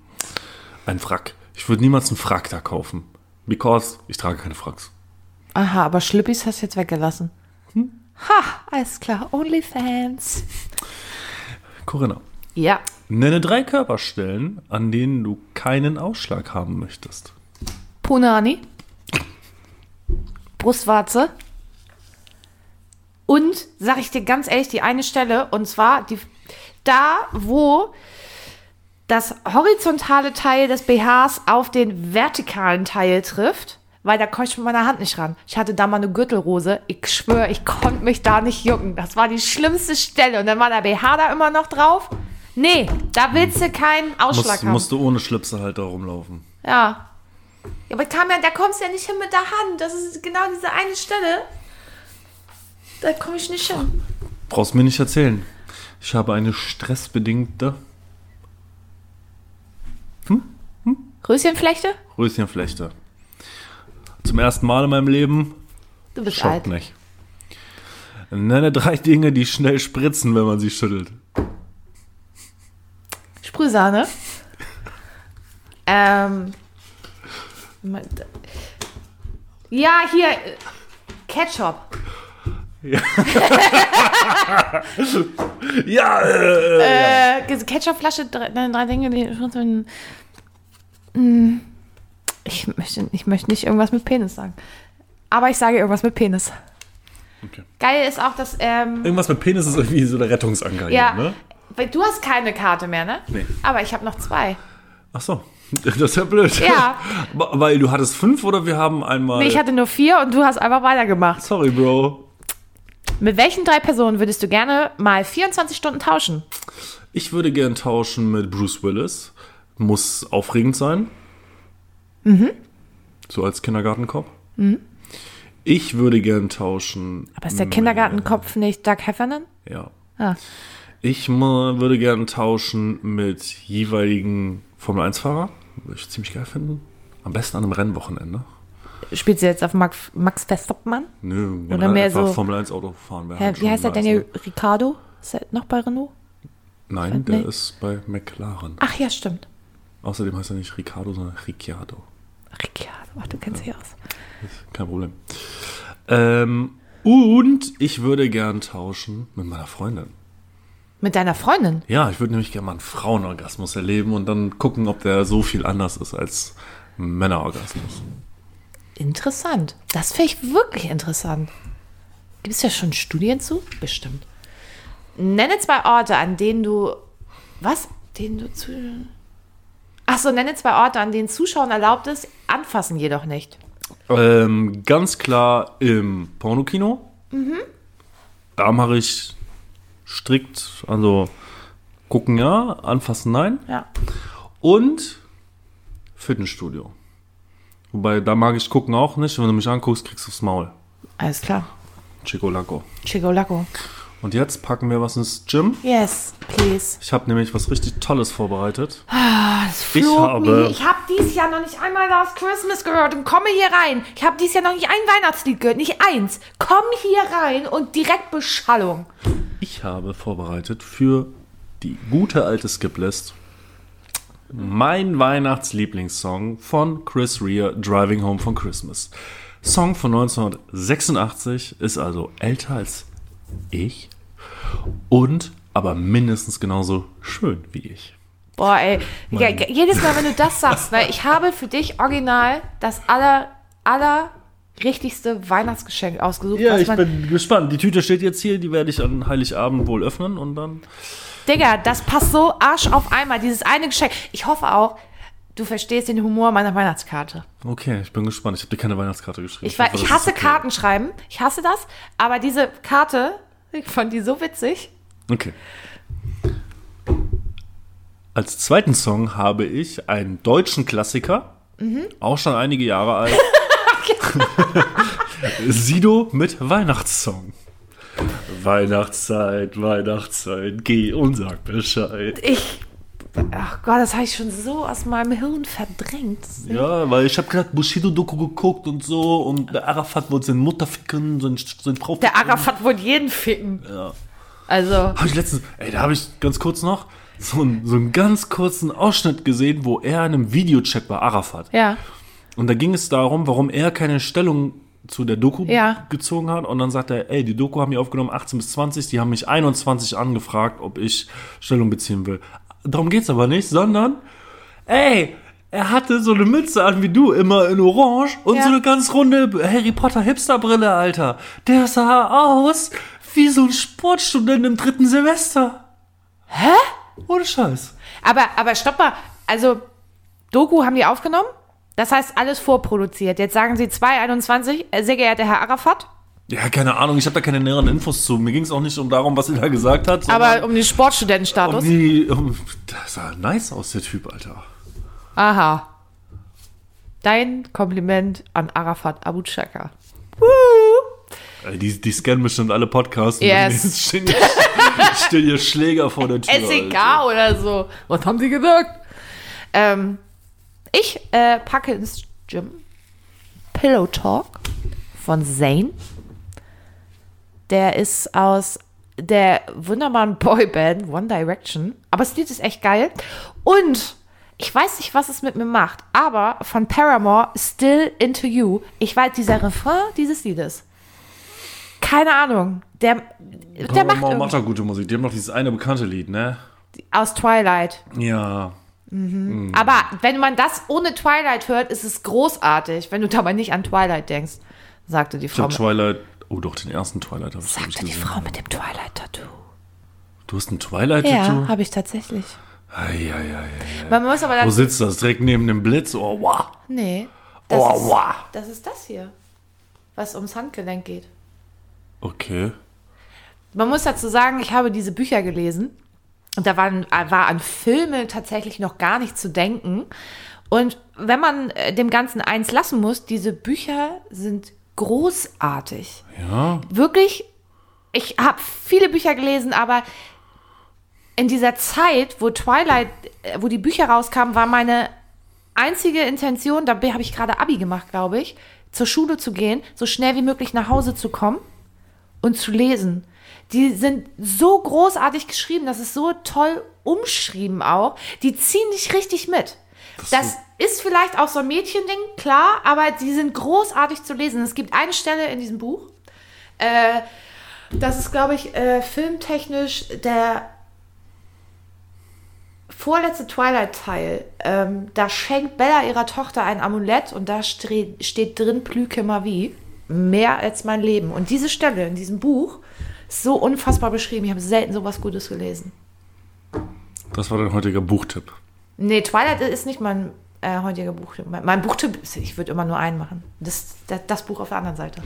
[SPEAKER 1] ein Frack. Ich würde niemals einen Frack da kaufen. Because ich trage keine Fracks.
[SPEAKER 2] Aha, aber Schlüppis hast du jetzt weggelassen. Ha, alles klar. Onlyfans.
[SPEAKER 1] Corinna,
[SPEAKER 2] Ja.
[SPEAKER 1] nenne drei Körperstellen, an denen du keinen Ausschlag haben möchtest.
[SPEAKER 2] Punani. Brustwarze. Und, sag ich dir ganz ehrlich, die eine Stelle, und zwar die, da, wo das horizontale Teil des BHs auf den vertikalen Teil trifft, weil da komme ich mit meiner Hand nicht ran. Ich hatte da mal eine Gürtelrose. Ich schwöre, ich konnte mich da nicht jucken. Das war die schlimmste Stelle. Und dann war der BH da immer noch drauf. Nee, da willst du keinen Ausschlag
[SPEAKER 1] Musst,
[SPEAKER 2] haben.
[SPEAKER 1] musst du ohne Schlipse halt da rumlaufen.
[SPEAKER 2] Ja. Ja, aber kam ja, da kommst du ja nicht hin mit der Hand. Das ist genau diese eine Stelle. Da komme ich nicht hin.
[SPEAKER 1] Brauchst mir nicht erzählen. Ich habe eine stressbedingte
[SPEAKER 2] Röschenflechte?
[SPEAKER 1] Röschenflechte. Zum ersten Mal in meinem Leben.
[SPEAKER 2] Du bist alt.
[SPEAKER 1] Schockt nicht. Nenne drei Dinge, die schnell spritzen, wenn man sie schüttelt.
[SPEAKER 2] Sprühsahne. ähm. Moment. Ja, hier. äh, Ketchup.
[SPEAKER 1] Ja, äh,
[SPEAKER 2] Äh, diese Ketchupflasche, drei, nein, drei Dinge, die. Mm. hm, Ich möchte, ich möchte nicht irgendwas mit Penis sagen. Aber ich sage irgendwas mit Penis.
[SPEAKER 1] Okay.
[SPEAKER 2] Geil ist auch, dass. Ähm,
[SPEAKER 1] Irgendwas mit Penis ist irgendwie so der Rettungsanker.
[SPEAKER 2] Ja.
[SPEAKER 1] hier, Ne?
[SPEAKER 2] Weil Du hast keine Karte mehr, ne?
[SPEAKER 1] Nee.
[SPEAKER 2] Aber ich habe noch zwei.
[SPEAKER 1] Ach so. Das ist ja blöd.
[SPEAKER 2] Ja.
[SPEAKER 1] Ba- Weil du hattest fünf oder wir haben einmal.
[SPEAKER 2] Nee, ich hatte nur vier und du hast einfach weitergemacht.
[SPEAKER 1] Sorry, Bro.
[SPEAKER 2] Mit welchen drei Personen würdest du gerne mal 24 Stunden tauschen?
[SPEAKER 1] Ich würde gern tauschen mit Bruce Willis. Muss aufregend sein.
[SPEAKER 2] Mhm.
[SPEAKER 1] So als Kindergartenkopf. Ich würde gern tauschen.
[SPEAKER 2] Aber ist der Kindergartenkopf nicht Doug Heffernan?
[SPEAKER 1] Ja.
[SPEAKER 2] Ah.
[SPEAKER 1] Ich mu- würde gern tauschen mit jeweiligen Formel-1-Fahrer. Würde ich ziemlich geil finden. Am besten an einem Rennwochenende.
[SPEAKER 2] Spielt sie jetzt auf Max, Max Verstappen?
[SPEAKER 1] Nö,
[SPEAKER 2] Oder mehr
[SPEAKER 1] einfach
[SPEAKER 2] so-
[SPEAKER 1] Formel-1-Auto fahren wäre
[SPEAKER 2] Ja,
[SPEAKER 1] halt
[SPEAKER 2] wie
[SPEAKER 1] schon
[SPEAKER 2] heißt der
[SPEAKER 1] nice,
[SPEAKER 2] Daniel
[SPEAKER 1] ne?
[SPEAKER 2] Ricardo? Ist er noch bei Renault?
[SPEAKER 1] Nein, der
[SPEAKER 2] Nee.
[SPEAKER 1] ist bei McLaren.
[SPEAKER 2] Ach ja, stimmt.
[SPEAKER 1] Außerdem heißt er nicht Ricardo, sondern Ricciardo.
[SPEAKER 2] Ricciardo, ach, du kennst dich aus.
[SPEAKER 1] Kein Problem. Ähm, Und ich würde gern tauschen mit meiner Freundin.
[SPEAKER 2] Mit deiner Freundin?
[SPEAKER 1] Ja, ich würde nämlich gerne mal einen Frauenorgasmus erleben und dann gucken, ob der so viel anders ist als ein Männerorgasmus.
[SPEAKER 2] Interessant. Das finde ich wirklich interessant. Gibt es ja schon Studien zu? Bestimmt. Nenne zwei Orte, an denen du. Was? Denen du zu. Achso, nenne zwei Orte, an denen Zuschauern erlaubt ist, anfassen jedoch nicht.
[SPEAKER 1] Ähm, ganz klar im Pornokino. Da mache ich strikt, also gucken ja, anfassen nein.
[SPEAKER 2] Ja.
[SPEAKER 1] Und Fitnessstudio. Wobei, da mag ich gucken auch nicht. Wenn du mich anguckst, kriegst du aufs Maul.
[SPEAKER 2] Alles klar.
[SPEAKER 1] Chico Laco.
[SPEAKER 2] Chico Laco.
[SPEAKER 1] Und jetzt packen wir was ins Gym.
[SPEAKER 2] Yes, please.
[SPEAKER 1] Ich habe nämlich was richtig Tolles vorbereitet.
[SPEAKER 2] Ah, Das flog
[SPEAKER 1] habe-
[SPEAKER 2] mir. Ich habe dieses Jahr noch nicht einmal Last Christmas gehört und komme hier rein. Ich habe dieses Jahr noch nicht ein Weihnachtslied gehört, nicht eins. Komm hier rein und direkt Beschallung.
[SPEAKER 1] Ich habe vorbereitet für die gute alte Skiplist mein Weihnachtslieblingssong von Chris Rea, Driving Home von Christmas. Song von 1986, ist also älter als ich und aber mindestens genauso schön wie ich.
[SPEAKER 2] Boah, ey. Ja, ja, jedes Mal, wenn du das sagst, ne, ich habe für dich original das aller, aller richtigste Weihnachtsgeschenk ausgesucht. was man,
[SPEAKER 1] gespannt. Die Tüte steht jetzt hier, die werde ich an Heiligabend wohl öffnen und dann.
[SPEAKER 2] Digga, das passt so Arsch auf einmal, dieses eine Geschenk. Ich hoffe auch, du verstehst den Humor meiner Weihnachtskarte.
[SPEAKER 1] Okay, ich bin gespannt. Ich habe dir keine Weihnachtskarte geschrieben.
[SPEAKER 2] Ich, war,
[SPEAKER 1] hoffe,
[SPEAKER 2] ich
[SPEAKER 1] das ist
[SPEAKER 2] hasse
[SPEAKER 1] okay.
[SPEAKER 2] Karten schreiben. Ich hasse das. Aber diese Karte, ich fand die so witzig.
[SPEAKER 1] Okay. Als zweiten Song habe ich einen deutschen Klassiker,
[SPEAKER 2] Mhm.
[SPEAKER 1] auch schon einige Jahre alt. Sido mit Weihnachtssong. Weihnachtszeit, Weihnachtszeit, geh und sag Bescheid.
[SPEAKER 2] Ich. Ach Gott, das habe ich schon so aus meinem Hirn verdrängt.
[SPEAKER 1] Ja, weil ich habe gerade Bushido-Doku geguckt und so und der Arafat wollte seine Mutter ficken, seine, seine Frau
[SPEAKER 2] Der Arafat wollte jeden ficken.
[SPEAKER 1] Ja.
[SPEAKER 2] Also.
[SPEAKER 1] Habe ich letztens, ey, da habe ich ganz kurz noch so einen, so einen ganz kurzen Ausschnitt gesehen, wo er in einem Videochat bei Arafat.
[SPEAKER 2] Ja.
[SPEAKER 1] Und da ging es darum, warum er keine Stellung zu der Doku
[SPEAKER 2] Ja.
[SPEAKER 1] gezogen hat. Und dann sagt er, ey, die Doku haben die aufgenommen 18 bis 20, die haben mich 21 angefragt, ob ich Stellung beziehen will. Darum geht's aber nicht, sondern, ey, er hatte so eine Mütze an wie du, immer in Orange und
[SPEAKER 2] Ja.
[SPEAKER 1] so eine ganz runde Harry Potter Hipsterbrille, Alter. Der sah aus wie so ein Sportstudent im dritten Semester. Hä? Ohne Scheiß.
[SPEAKER 2] Aber, aber stopp mal. Also, Doku haben die aufgenommen. Das heißt, alles vorproduziert. Jetzt sagen sie 221, äh, sehr geehrter Herr Arafat.
[SPEAKER 1] Ja, keine Ahnung, ich habe da keine näheren Infos zu. Mir ging es auch nicht um darum, was er da gesagt hat. sondern-
[SPEAKER 2] Aber um den Sportstudentenstatus.
[SPEAKER 1] Um die, um, das sah nice aus, der Typ, Alter.
[SPEAKER 2] Aha. Dein Kompliment an Arafat Abu Chaka.
[SPEAKER 1] Ey, Die, die scannen bestimmt alle Podcasts. und
[SPEAKER 2] Yes.
[SPEAKER 1] dann Stehen, hier- stehen hier Schläger vor der Tür.
[SPEAKER 2] SEK
[SPEAKER 1] Alter.
[SPEAKER 2] oder so. Was haben sie gesagt? Ähm, ich äh, packe ins Gym Pillow Talk von Zane. Der ist aus der wunderbaren Boyband One Direction. Aber das Lied ist echt geil. Und ich weiß nicht, was es mit mir macht, aber von Paramore Still Into You. Ich weiß, dieser Refrain dieses Liedes. Keine Ahnung. Der, der macht,
[SPEAKER 1] Paramore
[SPEAKER 2] irgend-
[SPEAKER 1] macht doch gute Musik. Die haben doch dieses eine bekannte Lied, ne?
[SPEAKER 2] aus Twilight.
[SPEAKER 1] Ja.
[SPEAKER 2] Aber wenn man das ohne Twilight hört, ist es großartig, wenn du dabei nicht an Twilight denkst, sagte die
[SPEAKER 1] Ich
[SPEAKER 2] Frau.
[SPEAKER 1] hab
[SPEAKER 2] Mit,
[SPEAKER 1] Twilight. Oh, doch, den ersten Twilight habe ich, glaub ich
[SPEAKER 2] sagte die
[SPEAKER 1] gesehen.
[SPEAKER 2] Frau mit dem Twilight-Tattoo.
[SPEAKER 1] Du hast ein Twilight-Tattoo?
[SPEAKER 2] Ja, Also habe ich tatsächlich.
[SPEAKER 1] Eieiei.
[SPEAKER 2] Man muss aber
[SPEAKER 1] Wo
[SPEAKER 2] dann.
[SPEAKER 1] sitzt das? Direkt neben dem Blitz? Oh, wow.
[SPEAKER 2] Nee. Das,
[SPEAKER 1] Oh,
[SPEAKER 2] ist,
[SPEAKER 1] wow.
[SPEAKER 2] das ist das hier, was ums Handgelenk geht.
[SPEAKER 1] Okay.
[SPEAKER 2] Man muss dazu sagen, ich habe diese Bücher gelesen und da waren, war an Filme tatsächlich noch gar nicht zu denken. Und wenn man äh, dem Ganzen eins lassen muss, diese Bücher sind großartig.
[SPEAKER 1] Ja.
[SPEAKER 2] wirklich, ich habe viele Bücher gelesen, aber in dieser Zeit, wo Twilight, äh, wo die Bücher rauskamen, war meine einzige Intention, da habe ich gerade Abi gemacht, glaube ich, zur Schule zu gehen, so schnell wie möglich nach Hause zu kommen und zu lesen. Die sind so großartig geschrieben, das ist so toll umschrieben auch. Die ziehen dich richtig mit. Das, ist vielleicht auch so ein Mädchending, klar, aber die sind großartig zu lesen. Es gibt eine Stelle in diesem Buch, Äh, das ist, glaube ich, äh, filmtechnisch der vorletzte Twilight-Teil. Ähm, da schenkt Bella ihrer Tochter ein Amulett und da stre- steht drin Plüke Mavi. Mehr als mein Leben. Und diese Stelle in diesem Buch ist so unfassbar beschrieben. Ich habe selten sowas Gutes gelesen.
[SPEAKER 1] Das war dein heutiger Buchtipp.
[SPEAKER 2] Nee, Twilight ist nicht mein äh, heutiger Buchtipp. Mein, mein Buchtipp ist, ich würde immer nur einen machen. Das, das, das Buch auf der anderen Seite.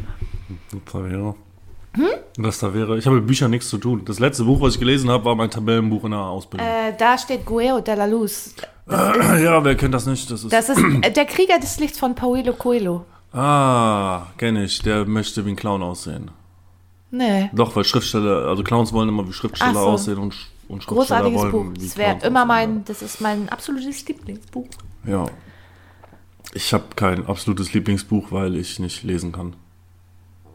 [SPEAKER 1] Hm? Das da wäre. Ich habe mit Büchern nichts zu tun. Das letzte Buch, was ich gelesen habe, war mein Tabellenbuch in der Ausbildung.
[SPEAKER 2] Äh, da steht Guerrero de la Luz.
[SPEAKER 1] ja, wer kennt das nicht? Das ist.
[SPEAKER 2] Äh, Das ist äh, der Krieger des Lichts von Paulo Coelho.
[SPEAKER 1] ah, kenne ich. Der möchte wie ein Clown aussehen.
[SPEAKER 2] Nee.
[SPEAKER 1] Doch, weil Schriftsteller, also Clowns wollen immer wie Schriftsteller
[SPEAKER 2] Ach so.
[SPEAKER 1] aussehen und, Sch- und Schriftsteller
[SPEAKER 2] Großartiges Buch.
[SPEAKER 1] wollen. wie
[SPEAKER 2] Das wäre
[SPEAKER 1] Clowns
[SPEAKER 2] immer
[SPEAKER 1] aussehen.
[SPEAKER 2] mein, das ist mein absolutes Lieblingsbuch.
[SPEAKER 1] Ja. Ich habe kein absolutes Lieblingsbuch, weil ich nicht lesen kann.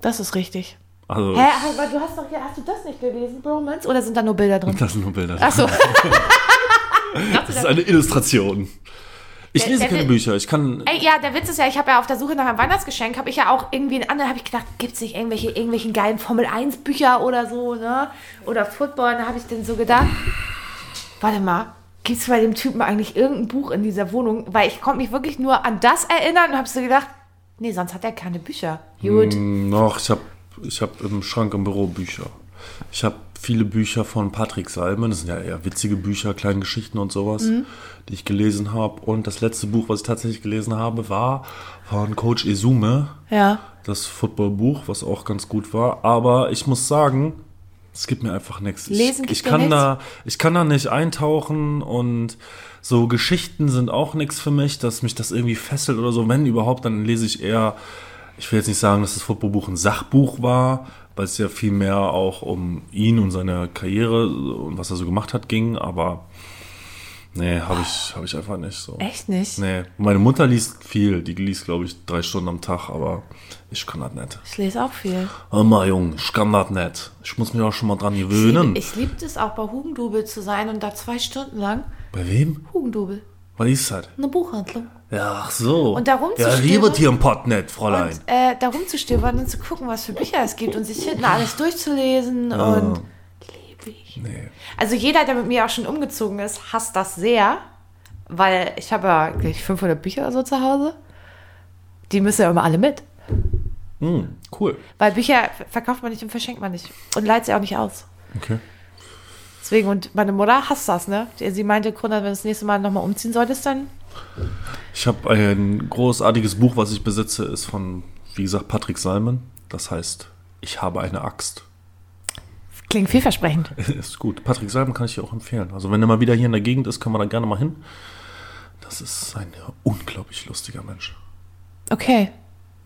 [SPEAKER 2] Das ist richtig.
[SPEAKER 1] Also,
[SPEAKER 2] Hä, aber du hast doch hier, hast du das nicht gelesen, Bromance? Oder sind da nur Bilder drin?
[SPEAKER 1] das sind nur Bilder.
[SPEAKER 2] Achso.
[SPEAKER 1] Das ist eine Illustration. Ich
[SPEAKER 2] Der-
[SPEAKER 1] lese
[SPEAKER 2] der
[SPEAKER 1] keine
[SPEAKER 2] will-
[SPEAKER 1] Bücher. Ich kann.
[SPEAKER 2] Ey, ja, der Witz ist ja, ich habe ja auf der Suche nach einem Weihnachtsgeschenk, habe ich ja auch irgendwie einen anderen, habe ich gedacht, gibt es nicht irgendwelche, irgendwelchen geilen Formel-1-Bücher oder so, ne? Oder Football, da habe ich dann so gedacht, warte mal, gibt es bei dem Typen eigentlich irgendein Buch in dieser Wohnung? Weil ich konnte mich wirklich nur an das erinnern und habe so gedacht, nee, sonst hat er keine Bücher. Gut.
[SPEAKER 1] Hm, Noch, ich habe ich hab im Schrank im Büro Bücher. Ich habe viele Bücher von Patrick Salmen. Das sind ja eher witzige Bücher, kleine Geschichten und sowas, die ich gelesen habe. Und das letzte Buch, was ich tatsächlich gelesen habe, war von Coach Izume.
[SPEAKER 2] Ja.
[SPEAKER 1] Das Footballbuch, was auch ganz gut war. Aber ich muss sagen, es gibt mir einfach nichts. Ich-
[SPEAKER 2] Lesen gibt
[SPEAKER 1] ich
[SPEAKER 2] dir
[SPEAKER 1] kann
[SPEAKER 2] nichts?
[SPEAKER 1] da, ich kann da nicht eintauchen und so Geschichten sind auch nichts für mich, dass mich das irgendwie fesselt oder so. Wenn überhaupt, dann lese ich eher. Ich will jetzt nicht sagen, dass das Footballbuch ein Sachbuch war, weil es ja viel mehr auch um ihn und seine Karriere und was er so gemacht hat ging. Aber nee, habe ich, habe ich einfach nicht so.
[SPEAKER 2] Echt nicht?
[SPEAKER 1] Nee, meine Mutter liest viel. Die liest, glaube ich, drei Stunden am Tag, aber ich kann das nicht.
[SPEAKER 2] Ich lese auch viel.
[SPEAKER 1] Hör mal, Junge, ich kann das nicht. Ich muss mich auch schon mal dran gewöhnen.
[SPEAKER 2] Ich liebte es auch bei Hugendubel zu sein und da zwei Stunden lang
[SPEAKER 1] Bei wem?
[SPEAKER 2] Hugendubel,
[SPEAKER 1] Was ist das?
[SPEAKER 2] eine Buchhandlung.
[SPEAKER 1] Ja, ach so.
[SPEAKER 2] Und da
[SPEAKER 1] Ja,
[SPEAKER 2] rumzustöbern?
[SPEAKER 1] liebe hier im Pott nicht, Fräulein.
[SPEAKER 2] und äh, da rumzustöbern und zu gucken, was für Bücher es gibt und sich hinten alles durchzulesen und liebe ich.
[SPEAKER 1] nee.
[SPEAKER 2] Also jeder, der mit mir auch schon umgezogen ist, hasst das sehr, weil ich habe ja glaub ich 500 Bücher oder so zu Hause. Die müssen ja immer alle mit,
[SPEAKER 1] Hm, cool.
[SPEAKER 2] weil Bücher verkauft man nicht und verschenkt man nicht und leiht sie auch nicht aus.
[SPEAKER 1] Okay.
[SPEAKER 2] Deswegen, und meine Mutter hasst das, ne? Sie meinte, Grunde, wenn du das nächste Mal nochmal umziehen solltest, dann
[SPEAKER 1] Ich habe ein großartiges Buch, was ich besitze, ist von, wie gesagt, Patrick Salmen. Das heißt, ich habe eine Axt.
[SPEAKER 2] klingt vielversprechend.
[SPEAKER 1] ist gut. Patrick Salmen kann ich dir auch empfehlen. Also, wenn er mal wieder hier in der Gegend ist, kann man da gerne mal hin. Das ist ein unglaublich lustiger Mensch.
[SPEAKER 2] Okay,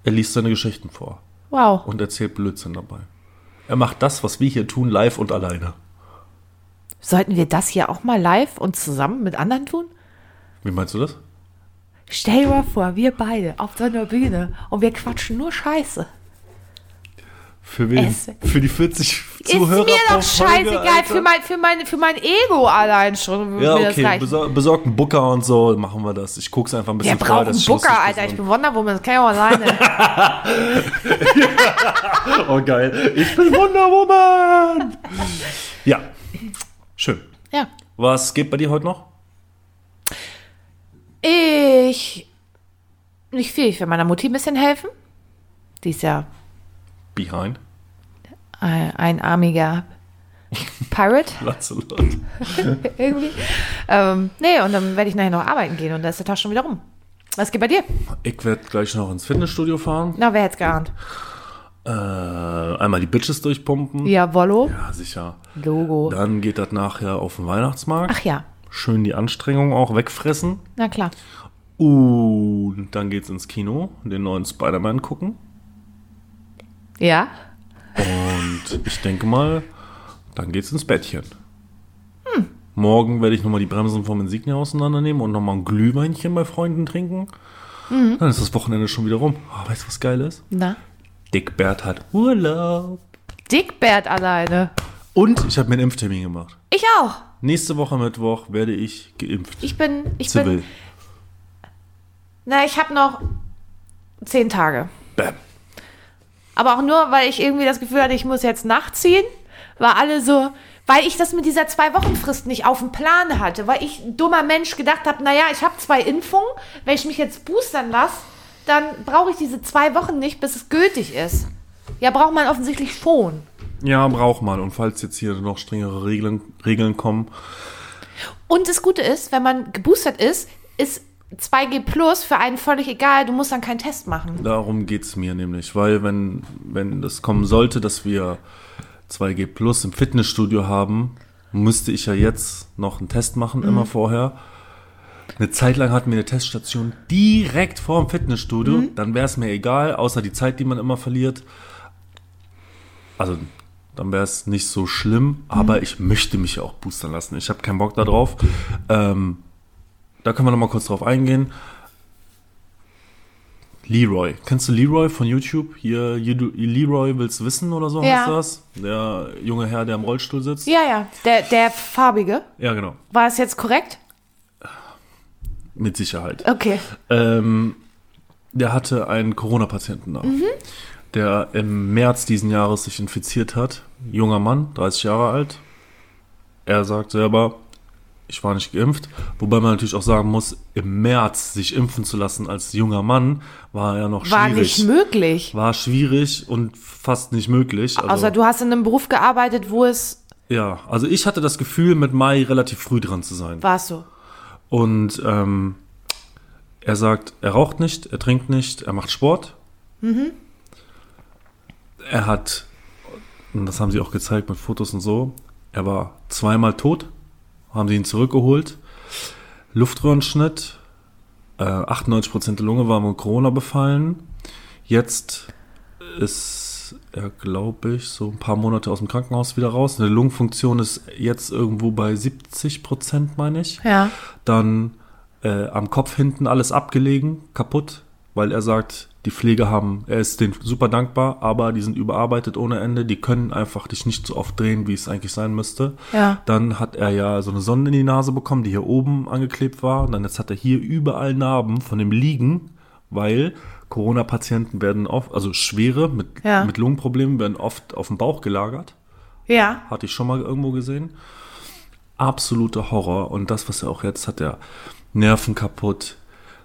[SPEAKER 1] Er liest seine Geschichten vor.
[SPEAKER 2] wow.
[SPEAKER 1] und erzählt Blödsinn dabei. Er macht das, was wir hier tun, live und alleine.
[SPEAKER 2] Sollten wir das hier auch mal live und zusammen mit anderen tun?
[SPEAKER 1] Wie meinst du das?
[SPEAKER 2] Stell dir mal vor, wir beide auf so einer Bühne und wir quatschen nur Scheiße.
[SPEAKER 1] Für wen?
[SPEAKER 2] Es-
[SPEAKER 1] für die 40
[SPEAKER 2] ist mir doch scheißegal, für mein, für, mein, für mein Ego allein schon. würde
[SPEAKER 1] Ja,
[SPEAKER 2] mir das
[SPEAKER 1] okay,
[SPEAKER 2] reichen.
[SPEAKER 1] besor besorgt einen Booker und so, machen wir das. Ich guck's einfach ein
[SPEAKER 2] Wir
[SPEAKER 1] bisschen
[SPEAKER 2] brauchen
[SPEAKER 1] dass
[SPEAKER 2] einen
[SPEAKER 1] ich
[SPEAKER 2] Booker,
[SPEAKER 1] lustig
[SPEAKER 2] Alter. Ich
[SPEAKER 1] bin.
[SPEAKER 2] bin Wonderwoman, das kann ich auch alleine.
[SPEAKER 1] Oh, geil. Ich bin Wonder Woman! ja, schön.
[SPEAKER 2] ja.
[SPEAKER 1] Was geht bei dir heute noch?
[SPEAKER 2] Ich. Nicht viel. Ich will meiner Mutti ein bisschen helfen. Die ist ja
[SPEAKER 1] Behind.
[SPEAKER 2] ein, einarmiger Pirate.
[SPEAKER 1] Lancelot.
[SPEAKER 2] irgendwie. Ähm, nee, und dann werde ich nachher noch arbeiten gehen und da ist der Tag schon wieder rum. Was geht bei dir?
[SPEAKER 1] Ich werde gleich noch ins Fitnessstudio fahren.
[SPEAKER 2] Na, wer hätte geahnt?
[SPEAKER 1] Äh, einmal die Bitches durchpumpen.
[SPEAKER 2] Ja, Wollo.
[SPEAKER 1] ja sicher.
[SPEAKER 2] Logo.
[SPEAKER 1] Dann geht das nachher auf den Weihnachtsmarkt.
[SPEAKER 2] Ach ja,
[SPEAKER 1] Schön die Anstrengung auch wegfressen.
[SPEAKER 2] na klar.
[SPEAKER 1] Und dann geht's ins Kino, den neuen Spider-Man gucken.
[SPEAKER 2] Ja.
[SPEAKER 1] Und ich denke mal, dann geht's ins Bettchen.
[SPEAKER 2] Hm.
[SPEAKER 1] Morgen werde ich nochmal die Bremsen vom Insignia auseinandernehmen und nochmal ein Glühweinchen bei Freunden trinken.
[SPEAKER 2] Mhm.
[SPEAKER 1] Dann ist das Wochenende schon wieder rum. Ah, weißt du, was geil ist?
[SPEAKER 2] Na.
[SPEAKER 1] Dick Bert hat Urlaub.
[SPEAKER 2] Dickbert alleine.
[SPEAKER 1] Und ich habe mir einen Impftermin gemacht.
[SPEAKER 2] Ich auch.
[SPEAKER 1] Nächste Woche Mittwoch werde ich geimpft.
[SPEAKER 2] Ich bin, ich
[SPEAKER 1] Zivil.
[SPEAKER 2] bin, na, ich habe noch zehn Tage.
[SPEAKER 1] Bam.
[SPEAKER 2] Aber auch nur, weil ich irgendwie das Gefühl hatte, ich muss jetzt nachziehen, war alle so, weil ich das mit dieser Zwei-Wochen-Frist nicht auf dem Plan hatte, weil ich dummer Mensch gedacht habe, naja, ich habe zwei Impfungen, wenn ich mich jetzt boostern lasse, dann brauche ich diese zwei Wochen nicht, bis es gültig ist. Ja, braucht man offensichtlich schon.
[SPEAKER 1] Ja, braucht man. Und falls jetzt hier noch strengere Regeln, Regeln kommen,
[SPEAKER 2] Und das Gute ist, wenn man geboostert ist, ist 2G Plus für einen völlig egal, du musst dann keinen Test machen.
[SPEAKER 1] darum geht's mir nämlich. Weil wenn, wenn das kommen sollte, dass wir 2G Plus im Fitnessstudio haben, müsste ich ja jetzt noch einen Test machen, immer vorher. Eine Zeit lang hatten wir eine Teststation direkt vor dem Fitnessstudio. Dann wäre es mir egal, außer die Zeit, die man immer verliert. Also, dann wäre es nicht so schlimm, aber ich möchte mich auch boostern lassen. Ich habe keinen Bock darauf. Ähm, da können wir nochmal kurz drauf eingehen. Leroy. Kennst du Leroy von YouTube? Hier, Judo- Leroy will's wissen oder so
[SPEAKER 2] Ja.
[SPEAKER 1] heißt das? Der junge Herr, der im Rollstuhl sitzt.
[SPEAKER 2] Ja, ja, der, der farbige.
[SPEAKER 1] Ja, genau.
[SPEAKER 2] War es jetzt korrekt?
[SPEAKER 1] Mit Sicherheit.
[SPEAKER 2] Okay.
[SPEAKER 1] Ähm, der hatte einen Corona-Patienten da,
[SPEAKER 2] Mhm.
[SPEAKER 1] der im März diesen Jahres sich infiziert hat. Junger Mann, 30 Jahre alt. Er sagt selber, ich war nicht geimpft. Wobei man natürlich auch sagen muss, im März sich impfen zu lassen als junger Mann war ja noch
[SPEAKER 2] War
[SPEAKER 1] schwierig.
[SPEAKER 2] nicht möglich.
[SPEAKER 1] war schwierig und fast nicht möglich. Also,
[SPEAKER 2] Außer du hast in einem Beruf gearbeitet, wo es
[SPEAKER 1] ja, also ich hatte das Gefühl, mit Mai relativ früh dran zu sein.
[SPEAKER 2] war es so.
[SPEAKER 1] Und ähm, er sagt, er raucht nicht, er trinkt nicht, er macht Sport. Er hat, und das haben sie auch gezeigt mit Fotos und so, er war zweimal tot, haben sie ihn zurückgeholt. Luftröhrenschnitt, äh, 98% der Lunge war mit Corona befallen. Jetzt ist er, glaube ich, so ein paar Monate aus dem Krankenhaus wieder raus. Eine Lungenfunktion ist jetzt irgendwo bei 70%, meine ich
[SPEAKER 2] Ja.
[SPEAKER 1] dann äh, am Kopf hinten alles abgelegen, kaputt, weil er sagt, die Pflege haben, er ist denen super dankbar, aber die sind überarbeitet ohne Ende, die können einfach dich nicht so oft drehen, wie es eigentlich sein müsste.
[SPEAKER 2] Ja.
[SPEAKER 1] Dann hat er ja so eine Sonde in die Nase bekommen, die hier oben angeklebt war. Und dann jetzt hat er hier überall Narben von dem Liegen, weil Corona-Patienten werden oft, also schwere mit,
[SPEAKER 2] Ja.
[SPEAKER 1] mit Lungenproblemen werden oft auf dem Bauch gelagert.
[SPEAKER 2] Ja.
[SPEAKER 1] Hatte ich schon mal irgendwo gesehen. Absoluter Horror. Und das, was er auch jetzt hat, er Nerven kaputt.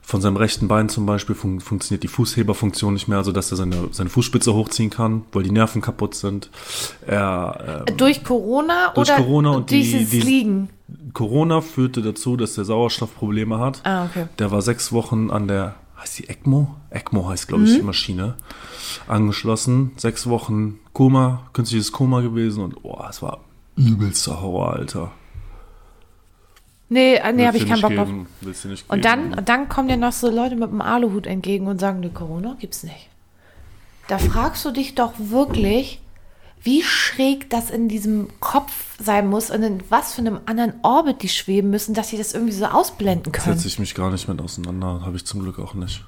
[SPEAKER 1] Von seinem rechten Bein zum Beispiel fun funktioniert die Fußheberfunktion nicht mehr, also dass er seine, seine Fußspitze hochziehen kann, weil die Nerven kaputt sind. Er,
[SPEAKER 2] Durch Corona
[SPEAKER 1] Durch
[SPEAKER 2] oder
[SPEAKER 1] Corona und
[SPEAKER 2] durch
[SPEAKER 1] die-
[SPEAKER 2] dieses
[SPEAKER 1] die-
[SPEAKER 2] Liegen?
[SPEAKER 1] äh, Corona führte dazu, dass er Sauerstoffprobleme hat.
[SPEAKER 2] Ah, okay.
[SPEAKER 1] Der war sechs Wochen an der, heißt die ECMO? ECMO heißt, glaube ich,
[SPEAKER 2] Mhm.
[SPEAKER 1] die Maschine. Angeschlossen. Sechs Wochen Koma, künstliches Koma gewesen und oh, es war übelster Horror, Alter.
[SPEAKER 2] Nee, äh, nee,
[SPEAKER 1] Willst
[SPEAKER 2] habe ich
[SPEAKER 1] du
[SPEAKER 2] keinen
[SPEAKER 1] nicht
[SPEAKER 2] Bock drauf.
[SPEAKER 1] geben, Willst du nicht geben.
[SPEAKER 2] Und dann, und dann kommen dir noch so Leute mit einem Aluhut entgegen und sagen, nee, Corona gibt's nicht. Da fragst du dich doch wirklich, wie schräg das in diesem Kopf sein muss und in was für einem anderen Orbit die schweben müssen, dass sie das irgendwie so ausblenden können.
[SPEAKER 1] setze ich mich gar nicht mit auseinander, habe ich zum Glück auch nicht.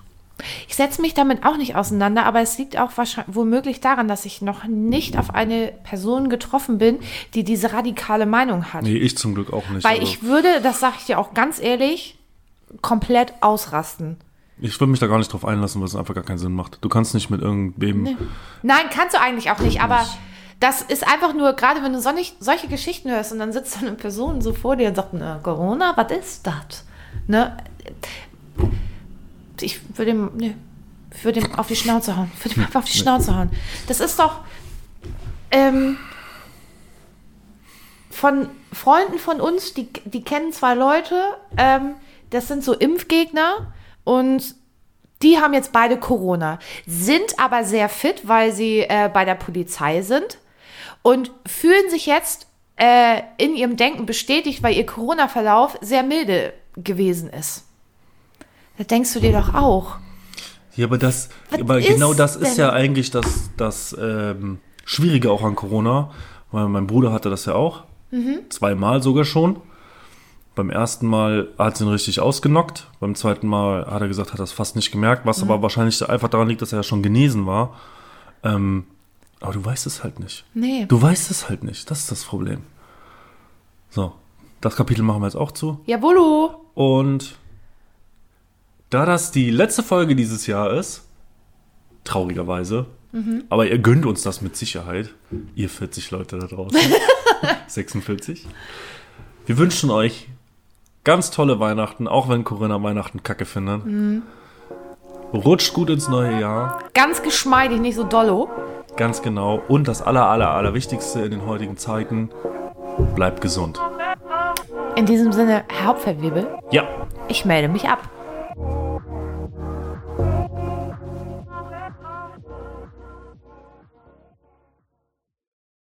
[SPEAKER 2] Ich setze mich damit auch nicht auseinander, aber es liegt auch wahrscheinlich, womöglich daran, dass ich noch nicht auf eine Person getroffen bin, die diese radikale Meinung hat.
[SPEAKER 1] Nee, ich zum Glück auch nicht.
[SPEAKER 2] Weil
[SPEAKER 1] also
[SPEAKER 2] ich würde, das sage ich dir auch ganz ehrlich, komplett ausrasten.
[SPEAKER 1] ich würde mich da gar nicht drauf einlassen, weil es einfach gar keinen Sinn macht. Du kannst nicht mit irgendwem.
[SPEAKER 2] Nein, kannst du eigentlich auch nicht, aber
[SPEAKER 1] nicht.
[SPEAKER 2] das ist einfach nur, gerade wenn du so nicht, solche Geschichten hörst und dann sitzt so eine Person so vor dir und sagt, "Na, Corona, was ist das? Ne? Ich würde ihm, ne, ich würde ihm auf die Schnauze hauen. Ich würde ihm einfach auf die Schnauze hauen. Das ist doch ähm, von Freunden von uns, die, die kennen zwei Leute, ähm, das sind so Impfgegner und die haben jetzt beide Corona, sind aber sehr fit, weil sie äh, bei der Polizei sind und fühlen sich jetzt äh, in ihrem Denken bestätigt, weil ihr Corona-Verlauf sehr milde gewesen ist. Da denkst du dir doch auch.
[SPEAKER 1] Ja, aber das,
[SPEAKER 2] Was
[SPEAKER 1] aber
[SPEAKER 2] ist
[SPEAKER 1] genau das ist
[SPEAKER 2] denn?
[SPEAKER 1] ja eigentlich das, das ähm, Schwierige auch an Corona, weil mein Bruder hatte das ja auch.
[SPEAKER 2] Mhm.
[SPEAKER 1] Zweimal sogar schon. Beim ersten Mal hat es ihn richtig ausgenockt. Beim zweiten Mal hat er gesagt, hat er es fast nicht gemerkt, was
[SPEAKER 2] Mhm.
[SPEAKER 1] aber wahrscheinlich einfach daran liegt, dass er ja schon genesen war. Ähm, aber du weißt es halt nicht.
[SPEAKER 2] Nee.
[SPEAKER 1] Du weißt es halt nicht. Das ist das Problem. So, das Kapitel machen wir jetzt auch zu.
[SPEAKER 2] Jawollo.
[SPEAKER 1] Und da das die letzte Folge dieses Jahr ist, Traurigerweise. Aber ihr gönnt uns das mit Sicherheit. Ihr 40 Leute da draußen. 46. Wir wünschen euch ganz tolle Weihnachten, auch wenn Corinna Weihnachten kacke findet. Rutscht gut ins neue Jahr.
[SPEAKER 2] Ganz geschmeidig, nicht so dollo.
[SPEAKER 1] Ganz genau. Und das aller, aller, aller Wichtigste in den heutigen Zeiten, bleibt gesund.
[SPEAKER 2] In diesem Sinne, Herr Hauptfeldwebel,
[SPEAKER 1] Ja,
[SPEAKER 2] ich melde mich ab.